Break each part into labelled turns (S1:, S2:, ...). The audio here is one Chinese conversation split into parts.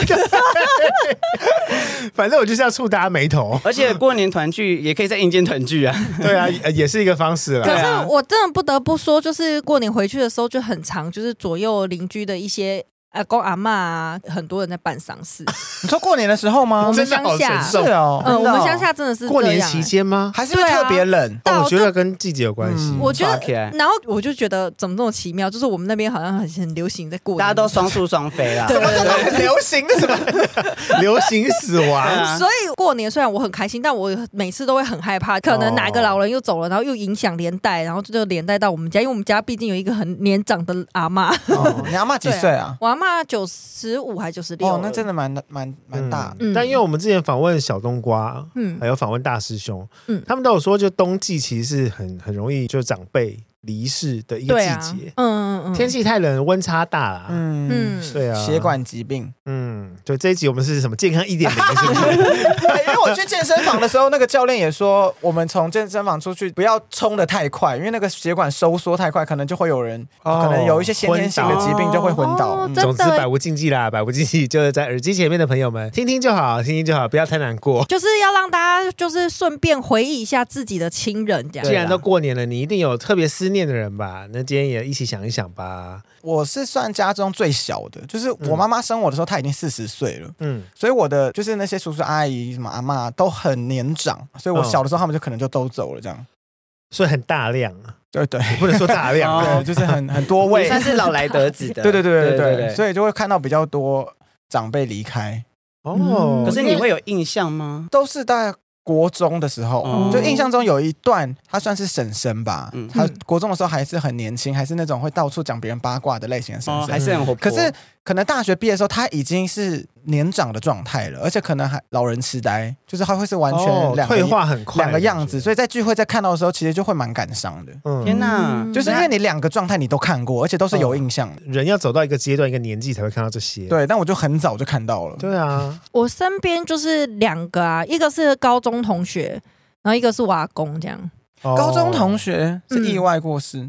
S1: 反正我就是要触大家眉头。
S2: 而且过年团聚也可以在阴间团聚啊，
S1: 对 啊，也也是一个方式啦。
S3: 可
S2: 对啊
S3: 是我真的不得不说，就是过年回去的时候就很长，就是左右邻居的一些阿公阿嬷啊，很多人在办丧事。
S4: 你说过年的时候吗
S3: 我？们
S1: 真的好
S3: 乡下
S1: 神
S4: 是
S1: 圣。
S4: 哦，
S3: 嗯，我
S4: 真的
S3: 们
S4: 哦
S3: 乡下真的是
S1: 过年
S3: 这样
S1: 期
S3: 欸，
S1: 间吗？
S4: 还是因为
S3: 对啊
S4: 特别冷，
S3: 到
S1: 哦我觉
S3: 就
S1: 得跟季节有关系。
S3: 我觉
S2: 抓起来
S3: 得，然后我就觉得怎么这么奇妙，就是我们那边好像很很流行在过年，
S2: 大家都双宿双飞啊啦。
S4: 什么叫做很流行的什么？
S1: 流行死
S2: 对
S1: 亡，
S2: 啊
S3: 所以过年虽然我很开心，但我每次都会很害怕，可能哪个老人又走了，然后又影响连带，然后就连带到我们家，因为我们家毕竟有一个很年长的阿嬷，
S4: 哦你阿妈几岁啊？
S3: 我阿嬷九十五还九十六，
S4: 哦，那真的蛮蛮蛮大。
S3: 嗯
S1: 但因为我们之前访问小冬瓜，
S3: 嗯
S1: 还有访问大师兄，
S3: 嗯
S1: 他们都有说，就冬季其实是很很容易就长辈离世的一个
S3: 对
S1: 季
S3: 啊，
S1: 节
S3: 嗯，嗯嗯，
S1: 天气太冷，温差大啦。
S4: 嗯，
S3: 嗯，
S1: 对啊，
S4: 血，管疾病。
S1: 嗯，就这一集我们是什么健康一点零，是不是？
S4: 对，因为我去健身房的时候，那个教练也说，我们从健身房出去不要冲的太快，因为那个血管收缩太快，可能就会有人、
S1: 哦
S4: 可能有一些先天性的疾病就会昏倒。
S3: 哦
S4: 嗯
S3: 真
S1: 总之
S3: 的
S1: 百无禁忌啦，百无禁忌，就是在耳机前面的朋友们听听就好，听听就好，不要太难过。
S3: 就是要让大家就是顺便回忆一下自己的亲人，这样
S1: 既
S4: 对
S1: 然都过年了，你一定有特别思念的人吧？那今天也一起想一想吧。
S4: 我是算家中最小的，就是我妈妈生我的时候，她已经四十岁了。
S1: 嗯，
S4: 所以我的就是那些叔叔阿姨、什么阿嬷都很年长，所以我小的时候他们就可能就都走了，这样。
S1: 所以很大量啊，
S4: 对对，
S1: 不能说大 量，
S2: 哦
S4: 对，就是很很 多
S2: 我
S4: 位
S2: 也，算是老来得子的，
S4: 对对对对对，
S2: 对。
S4: 所以就会看到比较多长辈离开，
S1: 哦，
S3: 嗯
S2: 可是你会有印象吗？
S4: 都是在国中的时候，
S2: 哦
S4: 就印象中有一段他算是婶婶吧，
S2: 嗯
S4: 他国中的时候还是很年轻，还是那种会到处讲别人八卦的类型的婶
S2: 哦，
S4: 婶，
S2: 还是很活
S1: 嗯
S2: 泼。
S4: 可是可能大学毕业的时候，他已经是年长的状态了，而且可能还老人痴呆，就是他会是完全
S1: 哦
S4: 两个、
S1: 退化很快，
S4: 两个样子，。所以在聚会在看到的时候，其实就会蛮感伤的。
S1: 嗯
S2: 天哪，
S3: 嗯
S4: 就是因为你两个状态你都看过，而且都是有印象的。
S1: 人要走到一个阶段、一个年纪才会看到这些。
S4: 对，但我就很早就看到了。
S1: 对啊，
S3: 我身边就是两个啊，一个是高中同学，然后一个是我阿公这样。
S1: 哦
S4: 高中同学是意外过世，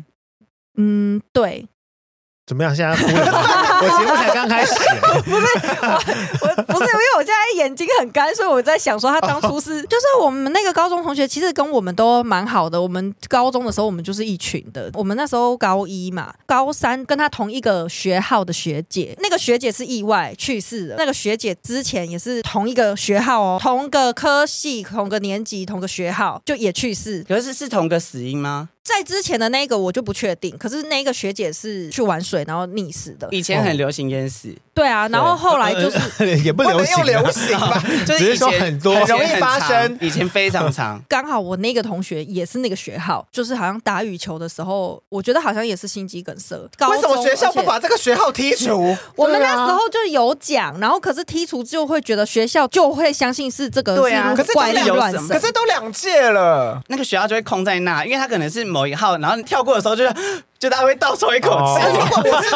S3: 嗯，对，
S1: 怎么样？现在哭了吗？我节目才刚开始，
S3: 我不是，因为我现在眼睛很干，所以我在想说，他当初是就是我们那个高中同学，其实跟我们都蛮好的。我们高中的时候，我们就是一群的。我们那时候高一嘛，高三跟他同一个学号的学姐，那个学姐是意外去世的。那个学姐之前也是同一个学号哦，同个科系、同个年级、同个学号，就也去世。
S2: 可是是同个死因吗？
S3: 在之前的那个我就不确定，可是那个学姐是去玩水然后溺死的。
S2: 以前
S1: 哦
S2: 很流行淹死，
S3: 对啊，然后后来就是。。
S1: 也不
S4: 不
S1: 流
S4: 能
S1: 行
S4: 用
S1: 啊，
S4: 流行 吧？
S1: 只
S2: 就是
S1: 是
S2: 以
S1: 说
S2: 前
S1: 很多
S2: 以前
S4: 容易发
S2: 长
S4: 生
S2: 以前非常长
S3: 刚好我那个同学也是那个学号，就是好像打羽球的时候，我觉得好像也是心肌梗塞。高
S4: 为什么
S3: 中
S4: 学校不？
S3: 而
S4: 把
S3: 且
S4: 这个学号剔除？
S3: 我们
S1: 对啊
S3: 那时候就有讲，然后可是剔除就会觉得学校就会相信是这个
S2: 对啊
S3: 是
S2: 可
S4: 是
S3: 怪
S4: 这
S3: 力
S4: 是
S2: 有
S3: 乱
S2: 什么
S3: 神，
S4: 可是都两届了，
S2: 那个学校就会空在那，因为他可能是某一号，然后你跳过的时候就 就大家会倒抽一口
S1: 哦
S2: 气。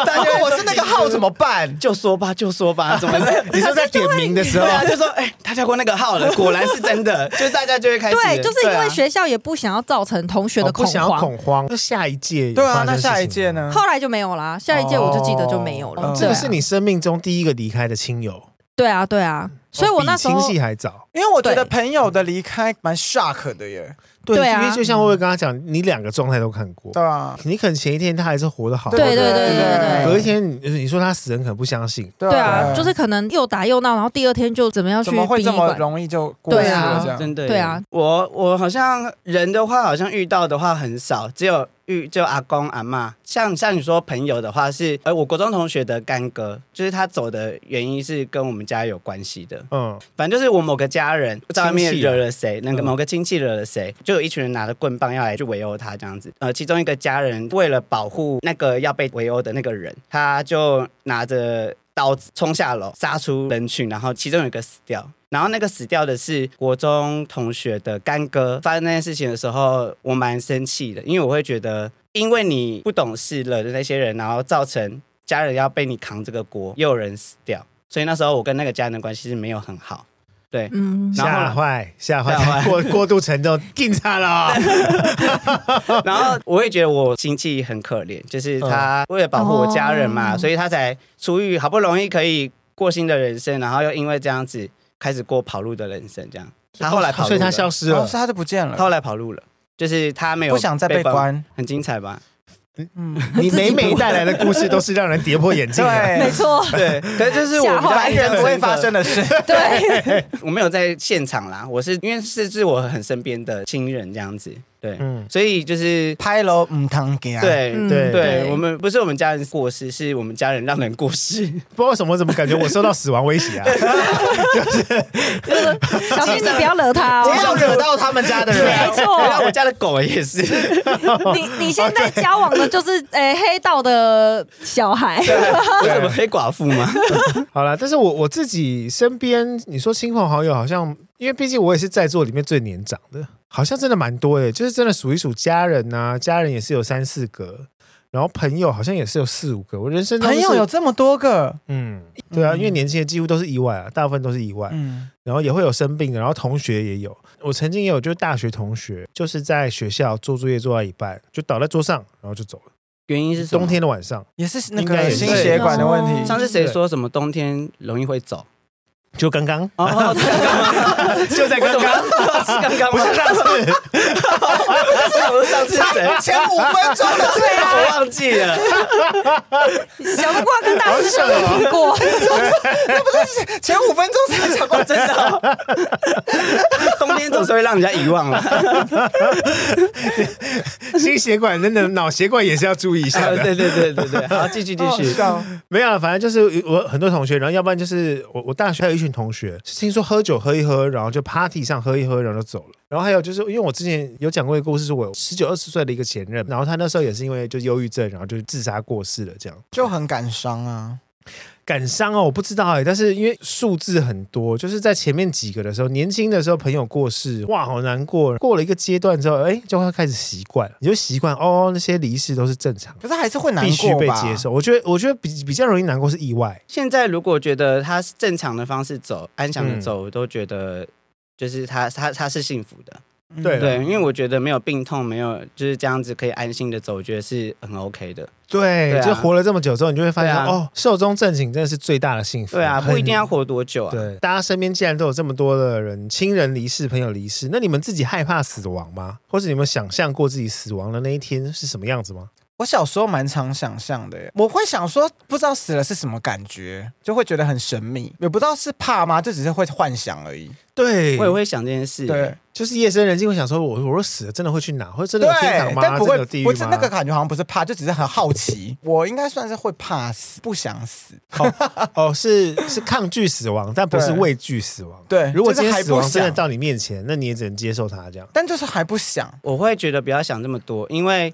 S2: 哎
S4: 如果我是如果我是那个号怎么办？
S2: 就说吧，就说吧，怎么了？
S1: 你说在点名 的时候
S2: 对，啊，就说哎、他跳过那个号了，果然是真的， 就是大家就会开始
S3: 对，就是因
S2: 啊
S3: 为学校也不想要造成同学
S1: 哦
S3: 的
S1: 不
S3: 恐
S1: 想要
S3: 慌。
S1: 恐慌。那下一届有
S4: 对
S1: 发
S4: 啊，
S1: 生
S4: 那下一
S1: 事情
S4: 届
S1: 吗？
S4: 呢？
S3: 后来就没有啦，下一届我就记得就没有
S4: 哦
S3: 了。
S4: 嗯
S1: 这
S3: 对
S1: 个
S3: 啊
S1: 是你生命中第一个离开的亲友，哦
S3: 对啊，对啊，所以我那时候
S1: 比亲戚还早。
S4: 因为我觉
S3: 对
S4: 得朋友的离开蛮 shock 的耶，
S1: 对，
S3: 对啊
S1: 因为就像我刚刚讲，你两个状态都看过
S4: 对，吧？
S1: 你可能前一天他还是活得好，
S3: 对对对对
S1: 隔
S3: 对
S1: 一天你你说他死人可能不相信，
S4: 对
S3: 对啊，就是可能又打又闹，然后第二天就怎么样去
S4: 怎么会
S3: 殡仪
S4: 这么
S3: 馆
S4: 容易就过世
S3: 对
S4: 了
S3: 啊
S4: 这样？
S2: 真的
S3: 对啊。
S2: 我我好像人的话，好像遇到的话很少，只有遇就阿公阿嬷。像像你说朋友的话是，呃，我国中同学的干哥，就是他走的原因是跟我们家有关系的。
S1: 嗯，
S2: 反正就是我某个家人在外面
S1: 亲戚啊
S2: 惹了谁，那个
S1: 嗯
S2: 某个亲戚惹了谁，就有一群人拿着棍棒要来去围殴他这样子。呃，其中一个家人为了保护那个要被围殴的那个人，他就拿着刀子冲下楼，杀出人群，然后其中有一个死掉。然后那个死掉的是国中同学的干哥。发生那件事情的时候，我蛮生气的，因为我会觉得，因为你不懂事惹的那些人，然后造成家人要被你扛这个锅，又有人死掉。所以那时候我跟那个家人的关系是没有很好，对，
S3: 嗯，
S2: 然后
S1: 吓坏吓坏，
S2: 吓坏
S1: 他过过度沉重，更惨了。
S2: 然后我也觉得我亲戚很可怜，就是他为了保护我家人嘛，
S3: 哦
S2: 所以他才出狱，好不容易可以过新的人生，然后又因为这样子开始过跑路的人生，这样。他后来跑路了，
S1: 所以他消失
S4: 哦，
S1: 了
S4: 是。他就不见
S2: 他
S4: 了，
S2: 后来跑路了，就是他没有
S4: 不想再被
S2: 被，
S4: 关。
S2: 很精彩吧？
S4: 嗯，
S1: 你每每带来的故事都是让人跌破眼镜的。
S3: 没
S4: 对，
S3: 错，
S2: 对，可是就是我
S3: 吓
S2: 比较
S4: 凡
S3: 坏
S2: 印象
S4: 人不会
S2: 深刻
S4: 发生的事。
S3: 对，
S2: 我没有在现场啦，我是因为是是我很身边的亲人这样子，对，
S1: 嗯
S2: 所以就是
S4: 拍楼唔通行，，
S2: 对。
S3: 嗯
S1: 对
S2: 对我们不是我们家人过世，是我们家人让人过世。
S1: 不知道为什么，我怎么感觉我受到死亡威胁啊？
S3: 小心你不要惹 他
S4: 不
S3: 哦。
S4: 要惹到他们家的
S3: 对
S4: 人。
S3: 没错
S2: 然后我家的狗 也是，
S3: 你你现在交往的就是诶、黑道的小孩，
S2: 我什么黑寡妇吗？
S1: 好了，但是我我自己身边，你说亲朋好友，好像因为毕竟我也是在座里面最年长的，好像真的蛮多的，就是真的数一数家人呐，家人也是有三四个，然后朋友好像也是有四五个。我人生中
S4: 朋
S1: 就是
S4: 友有这么多个，
S1: 嗯，对啊，因为年轻人几乎都是意外啊，大部分都是意外。
S4: 嗯，
S1: 然后也会有生病的，然后同学也有。我曾经也有，就是大学同学，就是在学校做作业做到一半就倒在桌上，然后就走了。
S2: 原因是什么
S1: 冬。天的晚上，
S4: 也是那
S1: 应该
S4: 个
S1: 也是
S4: 心血管的问题。
S2: 上次谁说什么冬天容易会 走？
S1: 就刚刚，
S2: 哦，
S1: 就在刚刚，
S2: 是刚刚
S1: 不
S2: 吗
S1: 是？上次，
S2: 我上次是谁？
S4: 前五分钟啊的事，
S2: 我忘记 了。
S3: 小木瓜跟大师兄也提过，
S4: 前五分钟才讲过，真的
S2: 冬天总是会让人家遗忘了。
S1: 心血管真的脑血管也是要注意一下的。
S2: 呃对对对对对， 好，继续继续。
S4: 哦笑。
S1: 没有了，啊反正就是我很多同学，然后要不然就是我我大学还有一群同学，是听说喝酒喝一喝，然后就 party 上喝一喝，然后就走了。然后还有就是，因为我之前有讲过一个故事，是我十九二十岁的一个前任，然后他那时候也是因为就忧郁症，然后就自杀过世了，这样。
S4: 就很感伤啊。
S1: 感伤哦，我不知道哎，但是因为数字很多，就是在前面几个的时候，年轻的时候朋友过世，哇，好难过。过了一个阶段之后，哎，就会开始习惯，你就习惯哦，那些离世都是正常，
S4: 可是还是会难
S1: 必须
S4: 过
S1: 被
S4: 吧？
S1: 接受。我觉得，我觉得比比较容易难过是意外，
S2: 现在如果觉得他嗯是正常的方式走，安详的走，我都觉得就是他他他是幸福的。
S4: 嗯
S1: 对
S4: 啊
S2: 对，因为我觉得没有病痛，没有就是这样子可以安心的走，我觉得是很 OK 的。
S1: 对，
S2: 对啊
S1: 就活了这么久之后，你就会发现
S2: 对啊
S1: 哦，寿终正寝真的是最大的幸福。
S2: 对啊，
S1: 很
S2: 不一定要活多久啊。
S1: 对，大家身边既然都有这么多的人，亲人离世、朋友离世，那你们自己害怕死亡吗？或是你们想象过自己死亡的那一天是什么样子吗？
S4: 我小时候蛮常想象的耶，我会想说，不知道死了是什么感觉，就会觉得很神秘，也不知道是怕吗？就只是会幻想而已。
S1: 对
S2: 我也会想这件事。欸
S4: 对，
S1: 就是夜深人静会想说，我我若死了，真的会去哪？或者真的有天堂
S4: 对，
S1: 吗？
S4: 但不
S1: 真的
S4: 会
S1: 有地，狱
S4: 不是
S1: 吗？
S4: 那个感觉，好像不是怕，就只是很好奇。我应该算是会怕死，不想死。
S1: 哦，是是抗拒死亡，但不是
S4: 对
S1: 畏惧死亡。
S4: 对
S1: 如果
S4: 就是
S1: 今天
S4: 还
S1: 死
S4: 不
S1: 亡真的
S4: 想
S1: 到你面前，那你也只能接受它这样。
S4: 但就是还不想。
S2: 我会觉得不要想这么多，因为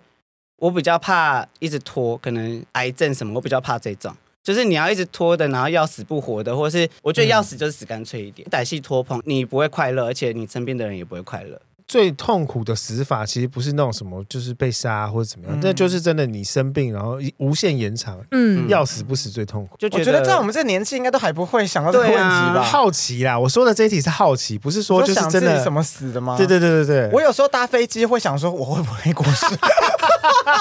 S2: 我比较怕一直拖，可能癌症什么，我比较怕这种。就是你要一直拖的，然后要死不活的，或是我觉得要死就是死干脆一点，歹戏拖棚，你不会快乐，而且你身边的人也不会快乐。
S1: 最痛苦的死法其实不是那种什么，就是被杀或者怎么样，
S4: 嗯
S1: 那、就是真的你生病，然后无限延长，
S3: 嗯，
S1: 要死不死最痛苦。
S2: 就
S4: 我
S2: 觉
S4: 觉
S2: 得
S4: 得在我们这个年纪，应该都还不会想到这个问题
S2: 对啊
S4: 吧？
S1: 好奇啦，我说的这一题是好奇，不是说
S4: 我
S1: 就是
S4: 想自
S1: 真
S4: 己
S1: 的
S4: 怎么死的吗？
S1: 对对对对对，
S4: 我有时候搭飞机会想说，我会不会过世？ 哎、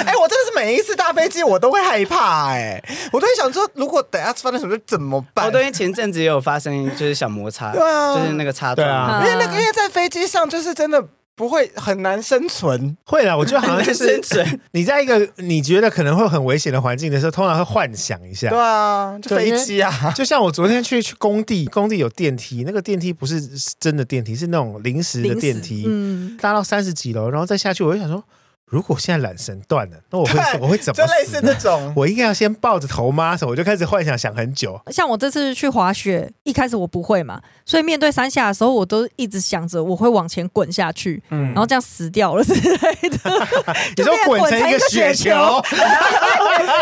S4: 我真的是每一次搭飞机我都会害怕、哎，我都会想说，如果等下发生什么事怎么办？
S2: 哦，对，因为前阵子也有发生就是小摩擦，
S4: 对啊
S2: 就是那个擦
S1: 对
S2: 撞，
S1: 啊
S3: 嗯
S4: 因为那个因为在飞机上就是真的不会很难生存，
S1: 会啦，我觉得 好像就是
S2: 生存。
S1: 你在一个你觉得可能会很危险的环境的时候，通常会幻想一下
S4: 对。啊，就
S1: 对因
S4: 飞
S1: 为
S4: 机啊，
S1: 就像我昨天去去工地，工地有电梯，那个电梯不是真的电梯，是那种临时的
S3: 临
S1: 电
S3: 时
S1: 梯，
S3: 嗯，
S1: 搭到三十几楼，然后再下去，我就想说，如果现在缆绳断了，那我会
S4: 对
S1: 我会怎
S4: 就
S1: 么
S4: 类
S1: 死
S4: 似这
S1: 呢？
S4: 种。
S1: 我应该要先抱着头吗？什么？我就开始幻想，想很久。
S3: 像我这次去滑雪，一开始我不会嘛，所以面对山下的时候，我都一直想着我会往前滚下去，
S4: 嗯
S3: 然后这样死掉了之类的。
S1: 你
S3: 就
S1: 说
S3: 变
S1: 滚
S3: 滚
S1: 成
S3: 成一
S1: 一个
S3: 个
S1: 雪
S3: 雪
S1: 球，
S3: 球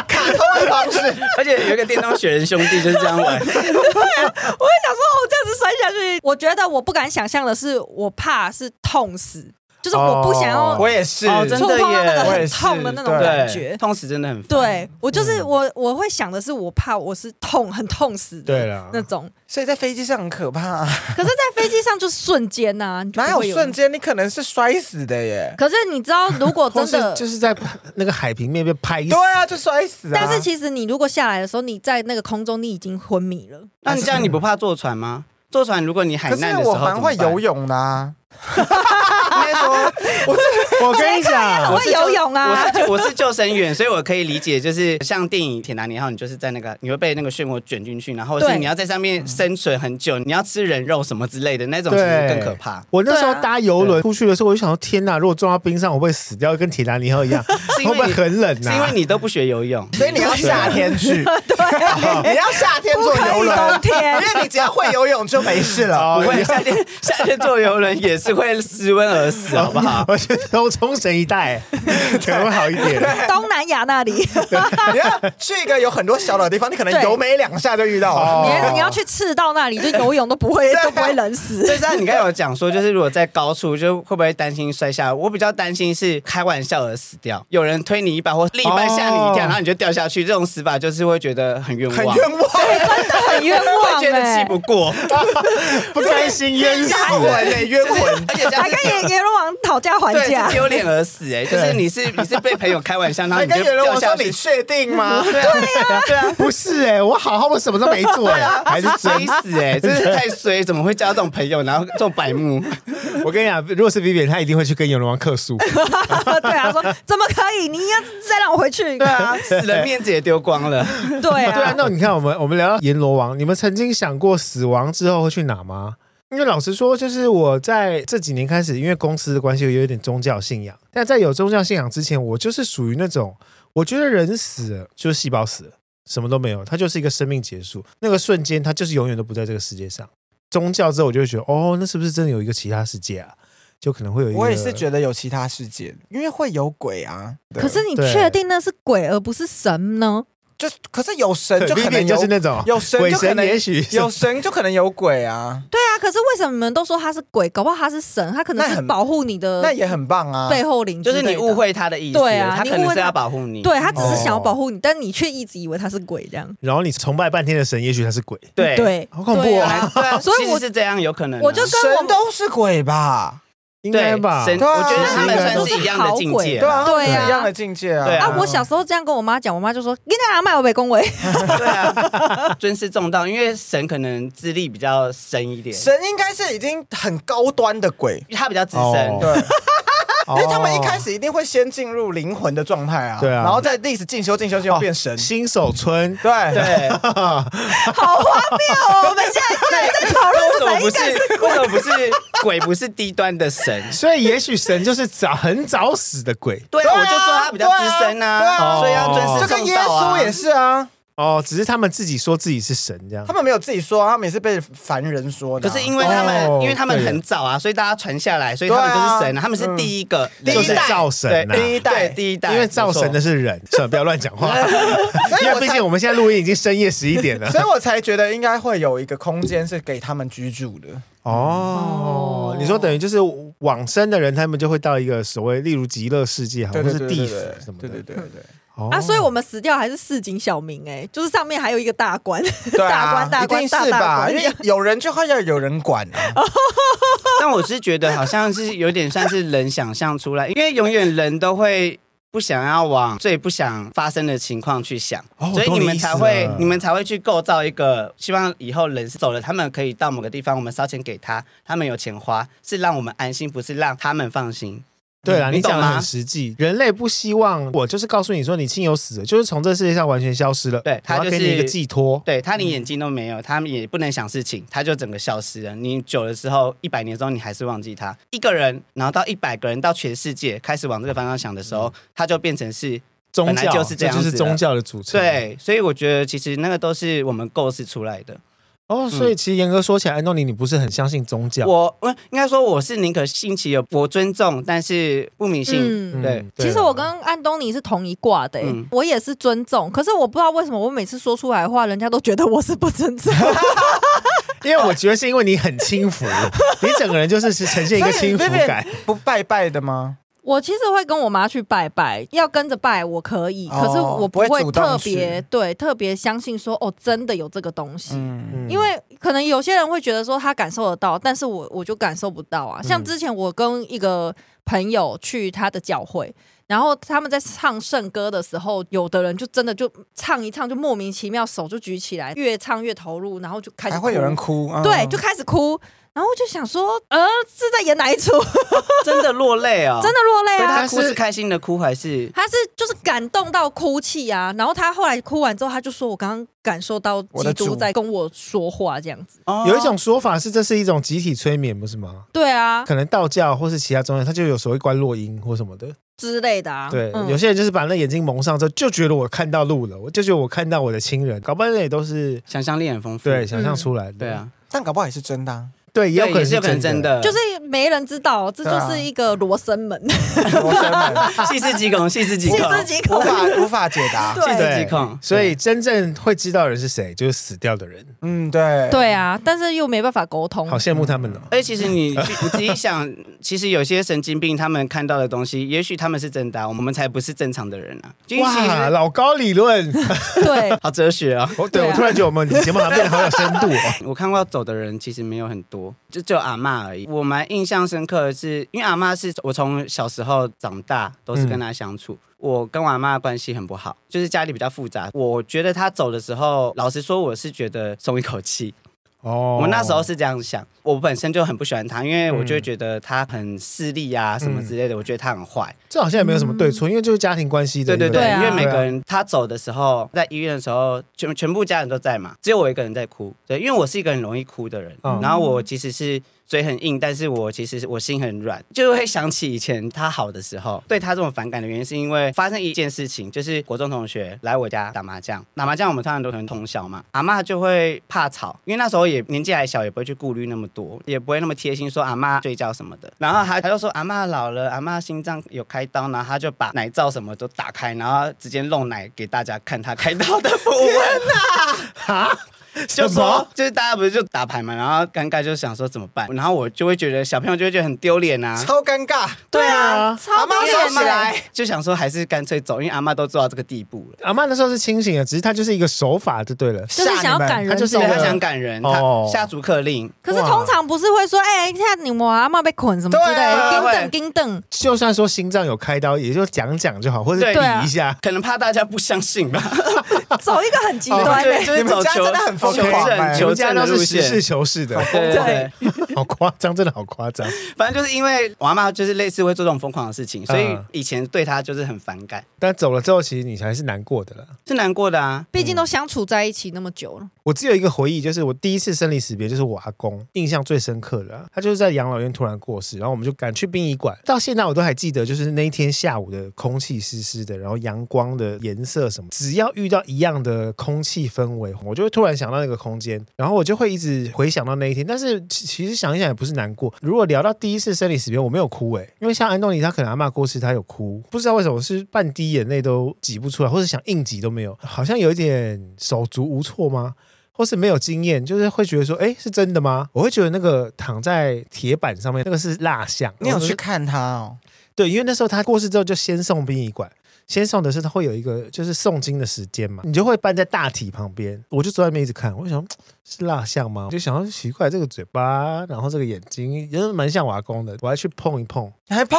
S4: 卡通的方式，
S2: 而且有一个电动雪人兄弟 就是这样玩，
S3: 我会想说，哦，这样子摔下去，我觉得我不敢想象的是，我怕是痛死，就是我不想要
S4: 我也是，
S2: 哦真
S3: 触
S2: 的
S3: 碰到那个
S4: 我也
S3: 很
S4: 是
S3: 痛的那种
S4: 对
S3: 感
S2: 对，
S3: 觉。
S2: 痛死真的很烦。
S3: 对我就是我，我会想的是，我怕我是痛，很痛死
S1: 对
S3: 的
S1: 了，
S3: 那种。
S4: 所以在飞机上很可怕、啊
S3: 可是，在飞机上就是瞬间呐，你就不
S4: 哪有
S3: 会有
S4: 瞬？间你可能是摔死的耶？
S3: 可是你知道，如果
S1: 或
S3: 真
S1: 是
S3: 的
S1: 就是在那个海平面被拍死
S4: 对。啊，就摔死啊！
S3: 但是其实你如果下来的时候，你在那个空中你已经昏迷了。
S2: 那你这样你不怕坐船吗？坐船如果你海
S4: 可
S2: 难
S4: 是
S2: 的时候
S4: 我蛮会
S2: 怎么办
S4: 游泳的、啊，
S2: 应该说，
S1: 我跟你
S3: 很
S1: 讲，
S3: 会游泳
S2: 我
S3: 啊！
S2: 是我是救生员，所以我可以理解，就是像电影《铁达尼号》，你就是在那个你会被那个漩涡卷进去，然后是
S3: 对
S2: 你要在上面生存很久，你要吃人肉什么之类的那种，其
S1: 对
S2: 实更可怕。
S1: 我那时候
S3: 对啊
S1: 搭游轮出去的时候，我就想说：天哪！如果撞到冰上，我会不会死掉，跟铁达尼号一样，会
S2: 因
S1: 不
S2: 为你
S1: 会很冷
S2: 是因为
S1: 啊？
S2: 你都不学游 泳，
S4: 所以你要夏 天去，你要夏天坐游
S3: 不可
S4: 轮，
S3: 以冬天
S4: 因为你只要会游泳就没事了。
S1: 哦
S2: 不会 夏天夏天坐游轮也是会失温而 死，好不好？
S1: 我觉得从冲绳一带可能会好一点。
S3: 东南亚那里，
S4: 你要去一个有很多小岛的地方，你可能
S3: 对
S4: 游没两下就遇到
S1: 哦
S4: 了。
S3: 你你要去赤道那里，就游泳都不会都不会冷死。
S2: 所以像你刚才有讲说，就是如果在高处，就会不会担心摔下来？我比较担心是开玩笑而死掉，有人推你一把或另一半吓你一
S1: 哦
S2: 跳，然后你就掉下去，这种死法就是会觉得很冤枉，
S4: 很冤枉，
S3: 很冤枉
S2: 会觉得气
S3: 哎、
S2: 不过。
S1: 不甘心冤死
S4: 冤，魂嘞，冤魂。
S2: 欸而且这样
S3: 还
S2: 是
S3: 跟阎阎罗王讨价还
S2: 对，
S3: 价
S2: 是，丢脸而死哎、就是你是你是被朋友开玩笑，然后
S4: 还
S2: 你就
S4: 跟有人
S2: 掉
S4: 我
S2: 下
S4: 说
S2: 去
S4: 你。 确 定吗？
S2: 对啊，对啊，
S1: 不是哎、我好好，我什么都没做哎、 还是
S2: 衰
S1: 追
S2: 死哎、真是太衰，怎么会交这种朋友，然后这种白目？
S1: 我跟你讲，如果是 Vivian，他一定会去跟阎罗王客诉。
S3: 对啊，说怎么可以？你要再让我回去？
S2: 对啊，死了面子也丢光了。
S3: 对
S1: 对啊
S3: 啊，，
S1: 那你看，我们我们聊到阎罗王，你们曾经想过死亡之后会去哪吗？因为老实说，就是我在这几年开始，因为公司的关系，我有一点宗教信仰。但在有宗教信仰之前，我就是属于那种，我觉得人死了就是细胞死了，什么都没有，它就是一个生命结束，那个瞬间，它就是永远都不在这个世界上。宗教之后，我就会觉得，哦，那是不是真的有一个其他世界啊？就可能会有一个，
S4: 我也是觉得有其他世界，因为会有鬼啊。
S3: 可是你
S1: 对
S3: 确定那是鬼而不是神呢？
S4: 就可是有神
S1: 对
S4: 就可
S1: Vivian
S4: 能
S1: 就是
S4: 有
S1: 那种
S4: 有神
S1: 鬼
S4: 就可
S1: 神，
S4: 能
S1: 也许
S4: 有神就可能有鬼啊，
S3: 对啊，可是为什么你们都说他是鬼？搞不好他是神，他可能
S4: 那
S3: 是
S4: 很
S3: 保护你的
S4: 那也很棒啊。
S3: 背后灵之
S2: 就
S3: 类
S2: 是
S3: 的，
S2: 你误会他的意思，
S3: 对啊
S2: 他
S3: 你
S2: 可
S3: 误
S2: 能
S3: 会
S2: 是
S3: 他
S2: 要保护你。
S3: 对他只是想要
S1: 哦
S3: 保护你，但你却一直以为他是鬼这样。
S1: 然后你崇拜半天的神，也许他是鬼。
S2: 对
S3: 对，
S1: 好恐怖哦
S3: 对
S2: 对
S3: 啊
S2: 啊，
S3: 所以
S2: 其实
S3: 我
S2: 是这样，有可能啊。
S3: 我就跟我
S4: 神都是鬼吧？
S1: 应
S2: 对
S1: 该吧？
S2: 神
S4: 对啊
S2: 我觉得他们
S1: 应该
S2: 算是一样的境界
S4: 对啊，
S2: 啦，
S4: 他们
S3: 对啊
S4: 是一样的境界啊。
S2: 对
S3: 啊，我小时候这样跟我妈讲，我妈就说：“你那阿麦我被恭维。
S2: 对啊，尊师重道，因为神可能资历比较深一点，
S4: 神应该是已经很高端的鬼，
S2: 他比较资深，
S1: 哦
S4: 对， 因
S1: 因
S4: 为他们一开始一定会先进入灵魂的状态啊，
S1: 对啊哦
S4: 然后再历史进修进修进修变神，
S1: 新手村，
S4: 对
S2: 对，
S3: 好荒谬哦！我们现在居然在讨
S2: 为什么
S3: 论
S2: 不
S3: 谁敢
S2: 是？为什么不是鬼？不是低端的神？
S1: 所以也许神就是早很早死的鬼
S2: 对啊，我就说他比较资深
S4: 对啊对
S2: 啊，
S4: 啊
S2: 所以要尊
S4: 就
S2: 师
S4: 跟
S2: 重
S4: 耶
S2: 道啊。
S4: 稣也是啊，
S1: 哦，只是他们自己说自己是神这样
S4: 他。们没有自己说啊，他们也是被凡人说的
S2: 可
S4: 啊，
S2: 是因为他们，
S1: 哦
S2: 因为他们
S1: 对
S2: 很早啊，所以大家传下来，所以他们就是神啊，他们是第一个，
S4: 第
S1: 就
S4: 一
S1: 是
S4: 代
S1: 造神啊，
S2: 对，第一代，第一代，
S1: 因为造神的
S2: 没错
S1: 是人，算了，不要乱讲话。
S4: 所以
S1: 因
S4: 我
S1: 为
S4: 才
S1: 毕竟我们现在录音已经深夜十一点了。
S4: 所以我才觉得应该会有一个空间是给他们居住的，
S1: 哦，你说等于就是往生的人，他们就会到一个所谓，例如极乐世界，好
S4: 对
S1: 像
S4: 对
S1: 是
S4: 对
S1: 地
S4: 对
S1: 府
S4: 对
S1: 什么的。
S4: 对对对对，
S1: 哦
S3: 啊？所以我们死掉还是市井小民哎，就是上面还有一个大官，
S4: 对
S3: 大
S4: 啊
S3: 官，大
S4: 一
S3: 官
S4: 定
S3: 大
S4: 是
S3: 大
S4: 吧？
S3: 官
S4: 因为有人就会要有人管啊，
S2: 但我是觉得好像是有点算是人想象出来，因为永远人都会。不想要往最不想发生的情况去想，
S1: 哦我
S2: 所以
S1: 懂
S2: 你
S1: 你
S2: 们
S1: 意思
S2: 才会
S1: 了
S2: 你们才会去构造一个希望以后人是走了，他们可以到某个地方，我们烧钱给他，他们有钱花，是让我们安心，不是让他们放心。
S1: 对啦，
S2: 你
S1: 你讲
S2: 懂
S1: 的
S2: 吗
S1: 很实际。人类不希望我就是告诉你说你亲友死了，就是从这世界上完全消失了。
S2: 对
S1: 他
S2: 他
S1: 要
S2: 就
S1: 给你一个
S2: 是
S1: 寄托。
S2: 对他连眼睛都没有，他们也不能想事情，他就整个消失了。你久了之后，一百年之后，你还是忘记他一个人，然后到一百个人，到全世界开始往这个方向想的时候，他就变成是
S1: 宗
S2: 本来
S1: 教
S2: 就是这样
S1: 就是
S2: 子
S1: 宗
S2: 的
S1: 教的组成。
S2: 对。所以我觉得其实那个都是我们构思出来的。
S1: 哦，
S3: 嗯
S1: 所以其实严格说起来，安东尼，你不是很相信宗教？
S2: 我我应该说我是宁可信其有，我尊重，但是不迷信。
S3: 嗯。
S2: 对
S1: 对啊
S3: 其实我跟安东尼是同一挂的、欸
S2: 嗯
S3: 我也是尊重，可是我不知道为什么我每次说出来的话，人家都觉得我是不尊重。
S1: 因为我觉得是因为你很轻 浮，你整个人就是是呈现一个轻浮感。
S4: 不拜拜的吗？
S3: 我其实会跟我妈去拜拜，要跟着拜我可以，
S4: 哦
S3: 可是我不
S4: 不会
S3: 会
S4: 主动
S3: 特
S4: 去
S3: 别对特别相信说哦，真的有这个东西。
S4: 嗯，
S1: 嗯
S3: 因为可能有些人会觉得说他感受得到，但是我我就感受不到
S4: 嗯
S3: 啊。像之前我跟一个朋友去他的教会，然后他们在唱圣歌的时候，有的人就真的就唱一唱，就莫名其妙手就举起来，越唱越投入，然后就开始
S4: 还会有人
S3: 哭
S4: 哭，嗯
S3: 对，就开始哭。然后我就想说，呃，是在演哪一出？
S2: 真的落泪哦，
S3: 真的落泪
S2: 对
S3: 啊！
S2: 他哭是开心的哭还是？
S3: 他是就是感动到哭泣啊，然后他后来哭完之后，他就说：“我刚刚感受到
S4: 我
S3: 基
S4: 的
S3: 督
S4: 主
S3: 在跟我说话，这样子。
S2: 哦
S1: 有一种说法是，这是一种集体催眠，不是吗”？
S3: 对啊，
S1: 可能道教或是其他宗教，它就有所谓观落阴或什么的。
S3: 之类的啊。
S1: 对，
S3: 嗯
S1: 有些人就是把那眼睛蒙上之后，就觉得我看到路了，我就觉得我看到我的亲人，搞半天也都是
S2: 想象力很丰富。
S3: 嗯
S1: 对想象出来的。
S2: 对，啊，
S4: 但搞不好也是真的啊。
S1: 对，也有
S2: 对
S1: 可能
S2: 也是有可能真
S1: 真。
S2: 的，
S3: 就是没人知道，这
S4: 对啊
S3: 就是一个罗生门，
S4: 罗 生门
S2: 细思极恐，细思极
S3: 细
S2: 恐，
S3: 思极
S4: 无
S3: 恐。
S4: 法无法解答。
S2: 细
S3: 对
S2: 思极恐。
S1: 所以真正会知道的人是谁，就是死掉的人。
S4: 嗯，对，
S3: 对啊，但是又没办法沟通
S1: 好。羡慕他们哦。
S2: 而且其实你你仔细想，其实有些神经病他们看到的东西，也许他们是真的、啊，我们才不是正常的人啊。就其
S1: 哇，
S2: 实
S1: 老高理 论，
S3: 对，
S2: 好哲学啊！
S1: 我对
S3: 对啊
S1: 我突然觉得我们节目好像变得好有深度哦。
S2: 我看过走的人其实没有很多，就只有阿嬷而已。我蛮印象深刻的是，因为阿嬷是我从小时候长大都是跟她相处。我跟我阿嬷的关系很不好，就是家里比较复杂。我觉得她走的时候，老实说，我是觉得松一口气。
S1: 哦
S2: 我那时候是这样想，我本身就很不喜欢他，因为我就会觉得他很势利啊什么之类的，我觉得他很坏。
S1: 这好像也没有什么对错，因为就是家庭关系的
S2: 对
S1: 一个。
S2: 对对，
S3: 对啊
S2: 因为每个人他走的时候，在医院的时候，全全部家人都在嘛，只有我一个人在哭。对，因为我是一个很容易哭的人，
S1: 嗯
S2: 然后我其实是嘴很硬，但是我其实是我心很软，就会想起以前他好的时候，对他这种反感的原因，是因为发生一件事情，就是国中同学来我家打麻将，打麻将我们通常都可能通宵嘛，阿嬷就会怕吵，因为那时候也年纪还小，也不会去顾虑那么多，也不会那么贴心说阿嬷睡觉什么的，然后还他就说阿嬷老了，阿嬷心脏有开刀，然后他就把奶罩什么都 打开，然后直接弄奶给大家看他开刀的部位。就
S1: 什么
S2: 说就是大家不是就打牌嘛，然后尴尬就想说怎么办，然后我就会觉得小朋友就会觉得很丢脸啊。
S4: 超尴尬。
S1: 对啊，
S3: 超
S4: 妈
S3: 丢
S4: 妈
S3: 脸
S4: 起来
S3: 的。
S2: 就想说还是干脆走，因为阿妈都做到这个地步了。
S1: 阿妈那时候是清醒的，只是她就是一个手法就对了。
S3: 就是想要
S4: 吓你
S3: 感人
S4: 们
S1: 他
S3: 走，
S1: 就是
S2: 对
S1: 一个
S2: 他想感人，他
S1: 哦
S2: 下逐客令，
S3: 可是通常不是会说，哎、你看你我阿妈被捆什么之类
S4: 对
S3: 的，
S4: 啊
S2: 对
S3: 盯
S2: 啊
S3: 等盯等，
S1: 就算说心脏有开刀，也就讲讲就好，或者
S2: 对啊
S1: 比一下。
S2: 可能怕大家不相信吧。
S3: 走一个很极端
S2: 哦
S3: 的、
S2: 对就是
S4: 你们
S2: 走
S4: 家
S2: 求
S4: 真的很疯
S2: 求
S4: 狂哎
S2: 证
S1: 你
S2: 求
S1: 们家
S2: 证的
S1: 都
S2: 路
S1: 是实事
S2: 线。
S1: 求是的，
S2: 对
S3: 对
S2: 对，
S1: 好夸张，真的好夸张。
S2: 反正就是因为我阿妈就是类似会做这种疯狂的事情，所以以前对她就是很反感，
S1: 但走了之后，其实你还是难过的啦。
S2: 是难过的啊。
S3: 毕竟都相处在一起那么久了，
S1: 我只有一个回忆，就是我第一次生离死别，就是我阿公，印象最深刻的啊、他就是在养老院突然过世，然后我们就赶去殡仪馆，到现在我都还记得，就是那一天下午的空气湿湿的，然后阳光的颜色什么，只要遇到一样的空气氛围，我就会突然想到那个空间，然后我就会一直回想到那一天。但是其其实想一想也不是难过，如果聊到第一次生离死别，我没有哭诶、因为像安东尼他可能阿嬷过世，他有哭，不知道为什么是半滴眼泪都挤不出来，或者想硬挤都没有，好像有一点手足无措吗？或是没有经验，就是会觉得说，哎，是真的吗？我会觉得那个躺在铁板上面那个是蜡像，
S4: 你有
S1: 然后就
S4: 去
S1: 是
S4: 看他哦？
S1: 对，因为那时候他过世之后就先送殡仪馆，先送的是他会有一个就是诵经的时间嘛，你就会搬在大体旁边，我就坐在那边一直看，我就想嘖是蜡像吗？我就想要奇怪这个嘴巴，然后这个眼睛，也是蛮像瓦工的，我还去碰一碰，
S4: 你还碰？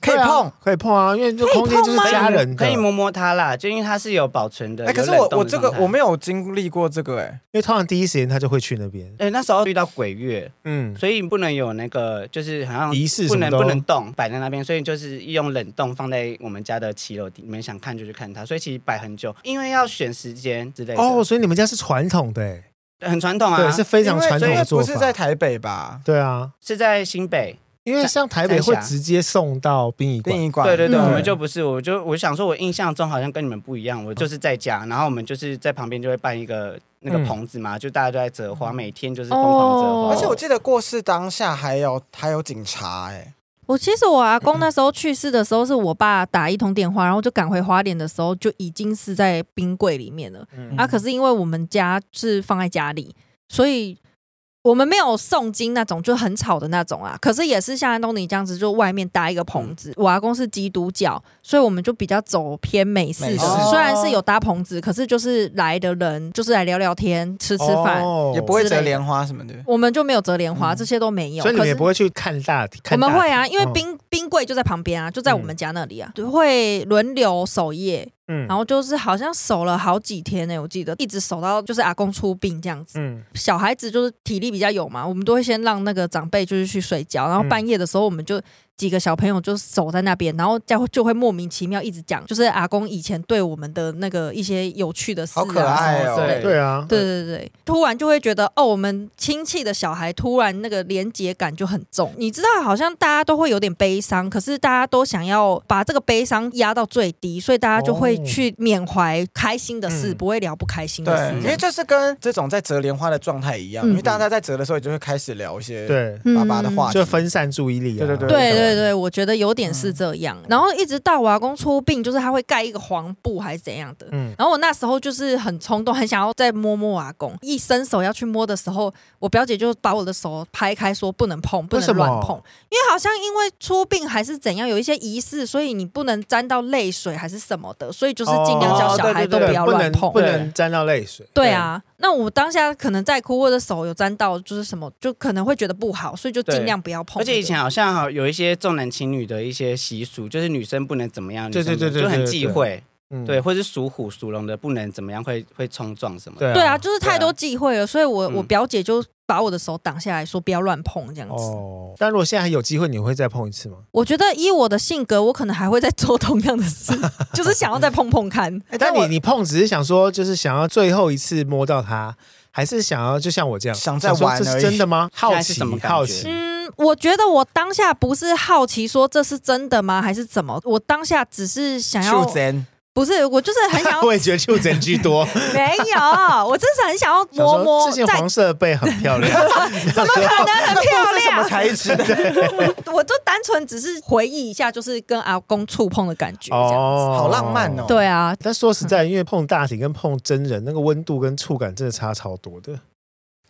S4: 可以
S1: 对啊
S4: 碰？，
S1: 可以碰啊，因为这
S3: 可以
S1: 空间就是
S3: 碰吗
S1: 家人的，
S2: 可以
S1: 因
S2: 摸摸它啦，就因为它是有保存的。
S3: 啊
S4: 哎，可是
S2: 有
S4: 我
S2: 冷冻
S4: 我
S2: 的
S4: 这个
S2: 状态
S4: 我没有经历过这个哎。
S1: 为通常第一时间他就会去那边，
S2: 哎、那时候遇到鬼月，
S1: 嗯，
S2: 所以不能有那个，就是好像
S1: 仪式
S2: 不
S1: 什么
S2: 能
S1: 的哦
S2: 不能动，摆在那边，所以就是用冷冻放在我们家的七楼底，你们想看就去看它。所以其实摆很久，因为要选时间之类的，
S1: 哦，所以你们家是传统的、诶
S2: 很传统啊，
S1: 对，是非常
S4: 因为
S1: 传统
S4: 因为
S1: 的做
S4: 不是在
S1: 法，
S4: 台北吧？
S1: 对啊。
S2: 是在新北。
S1: 因为像台北会直接送到殡仪馆
S4: 殡，仪馆，
S2: 对对对，
S4: 嗯
S2: 我们就不是，我就我想说，我印象中好像跟你们不一样，我就是在家，然后我们就是在旁边就会办一个那个
S1: 嗯
S2: 棚子嘛，就大家都在折花，每天就是疯狂折
S3: 哦
S2: 花。
S4: 而且我记得过世当下还有还有警察哎、
S3: 我其实我阿公那时候去世的时候，是我爸打一通电话，然后就赶回花莲的时候，就已经是在冰柜里面了。
S1: 嗯
S3: 啊，可是因为我们家是放在家里，所以我们没有诵经那种，就很吵的那种啊。可是也是像安东尼这样子，就外面搭一个棚子。我阿公是基督教，所以我们就比较走偏美式
S4: 美
S3: 的。
S4: 式
S3: 虽然是有搭棚子，可是就是来的人就是来聊聊天、吃吃饭，
S1: 哦
S4: 嗯也不会折莲花什么的。
S3: 我们就没有折莲花，这些都没有。
S1: 所以你
S3: 可
S1: 们
S3: 是
S1: 也不会去看大体。
S3: 我
S1: 看大
S3: 们
S1: 体
S3: 会啊，因为
S1: 哦
S3: 冰、冰柜就在旁边啊，就在我们家那里啊，就会轮流守夜，
S1: 嗯
S3: 然后就是好像守了好几天欸呢、我记得一直守到就是阿公出殡这样子。
S1: 嗯，
S3: 小孩子就是体力比较有嘛，我们都会先让那个长辈就是去睡觉，然后
S1: 嗯
S3: 半夜的时候我们就几个小朋友就守在那边，然后就就会莫名其妙一直讲，就是阿公以前对我们的那个一些有趣的事、啊，
S4: 好可爱哦
S3: 什么之类的
S1: 对啊，
S3: 对对对，突然就会觉得哦，我们亲戚的小孩突然那个连结感就很重。你知道，好像大家都会有点悲伤，可是大家都想要把这个悲伤压到最低，所以大家就会
S1: 哦
S3: 去缅怀开心的事，
S1: 嗯
S3: 不会聊不开心的
S4: 对，
S3: 事。
S4: 因为这是跟这种在折莲花的状态一样，
S3: 嗯
S4: 因为大家在折的时候，就会开始聊一些
S1: 对，
S4: 爸爸的话题，
S1: 就
S3: 嗯
S1: 分散注意力啊。
S4: 对对对
S3: 对对对，我觉得有点是这样。然后一直到我阿公出殡，就是他会盖一个黄布还是怎样的。
S1: 嗯
S3: 然后我那时候就是很冲动，很想要再摸摸我阿公。一伸手要去摸的时候，我表姐就把我的手拍开，说不能碰，不
S1: 为什
S3: 能
S1: 么
S3: 乱碰，因为好像因为出殡还是怎样，有一些仪式，所以你不能沾到泪水还是什么的，所以就是尽量叫
S1: 哦
S3: 小孩
S2: 对
S3: 都
S2: 对
S3: 不要
S1: 不
S3: 乱
S1: 能
S3: 碰。
S1: 不能沾到泪水。
S3: 对啊，那我当下可能在哭，或者手有沾到，就是什么，就可能会觉得不好，所以就尽
S2: 对
S3: 量不要碰。
S2: 而且以前好像好有一些重男轻女的一些习俗，就是女生不能怎么样，
S1: 对对
S2: 女生不
S1: 对对
S2: 能就
S1: 对
S2: 很
S1: 对
S2: 忌讳，
S1: 嗯
S2: 对，，或是属虎属龙的不能怎么样，会会冲撞什么的。
S1: 对
S3: 对啊，，就是太
S2: 对啊
S3: 多忌讳了，所以我、我
S2: 嗯
S3: 表姐就把我的手挡下来说不要乱碰这样子。
S1: 哦。但如果现在还有机会，你会再碰一次吗？
S3: 我觉得以我的性格，我可能还会再做同样的 事，就是想要再碰碰看。
S4: 哎
S1: 但
S4: 我
S1: 你你碰只是想说，就是想要最后一次摸到它，还是想要就像我这样
S4: 想再
S1: 说
S4: 玩
S1: 这是
S4: 而已
S1: 真的吗？好
S2: 在是
S1: 奇
S2: 什么，感觉
S1: 好奇。
S3: 嗯，我觉得我当下不是好奇说这是真的吗，还是怎么？我当下只是想要
S4: 袖珍
S3: 不是，我就是嗯很 想要
S1: 我，也觉得就诊居多。
S3: 没有，我真是很想要
S1: 想
S3: 摸
S1: 说
S3: 摸，
S1: 这件
S3: 在
S1: 黄色的背很漂 亮，
S3: 怎么可能很漂
S4: 这是什么
S3: 亮？
S4: 材 质 的？
S3: 我就单纯只是回忆一下，就是跟阿公触碰的感觉，这样。
S1: 哦
S4: 好浪漫哦！
S3: 对啊，
S1: 但说实在，因为碰大体跟碰真人那个温度跟触感真的差超多的，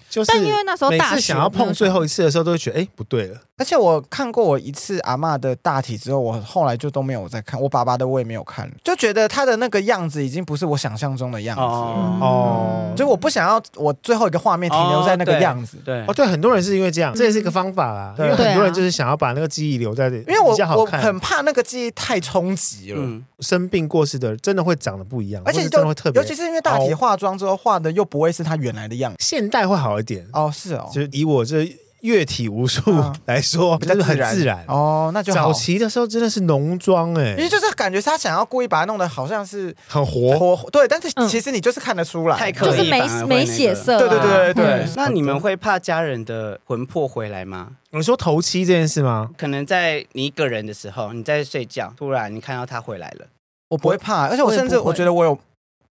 S1: 就是
S3: 但因为那时候
S1: 每
S3: 大
S1: 次
S3: 学
S1: 想要碰
S4: 嗯
S1: 最后一次的时候，都会觉得哎、不对了，
S4: 而且我看过我一次阿嬷的大体之后，我后来就都没有再看，我爸爸的我也没有看，就觉得她的那个样子已经不是我想象中的样子了。
S2: 哦
S1: 哦
S4: 嗯就我不想要我最后一个画面停留在那个
S2: 哦对
S4: 样子，
S2: 对
S1: 哦，，对，很多人是因为这样，这也是一个方法啦。因
S4: 嗯对
S1: 为很多
S3: 对啊
S1: 人就是想要把那个记忆留在，因
S4: 因为我
S1: 比较好
S4: 我
S1: 看。
S4: 很怕那个记忆太冲击了。
S2: 嗯，
S1: 生病过世的，真的会长得不一样，
S4: 而且
S1: 或
S4: 你
S1: 是真
S4: 就
S1: 的会特别。哦
S4: 尤其是因为大体化妆之后画的又不会是她原来的样子。
S1: 现代会好一点，
S4: 哦，是哦，
S1: 就是以我这乐体无数
S4: 啊
S1: 来说，
S4: 比较
S1: 就是很
S4: 自
S1: 自然。
S4: 哦，那就好
S1: 早。期的时候真的是浓妆哎
S4: 因，为就是感觉她想要故意把它弄得好像是
S1: 很活。
S4: 活，对，但是
S3: 嗯
S4: 其实你就是看得出来，
S2: 太刻
S3: 就
S2: 意
S3: 是没
S2: 反而会
S3: 没
S2: 那个
S3: 血色啊，
S4: 对对对对对
S3: 嗯，
S2: 那你们会怕家人的魂魄回来吗？
S1: 你说头七这件事吗？
S2: 可能在你一个人的时候，你在睡觉，突然你看到他回来了，
S4: 我不会怕，而且我甚至
S3: 我也不会
S4: 我觉得我有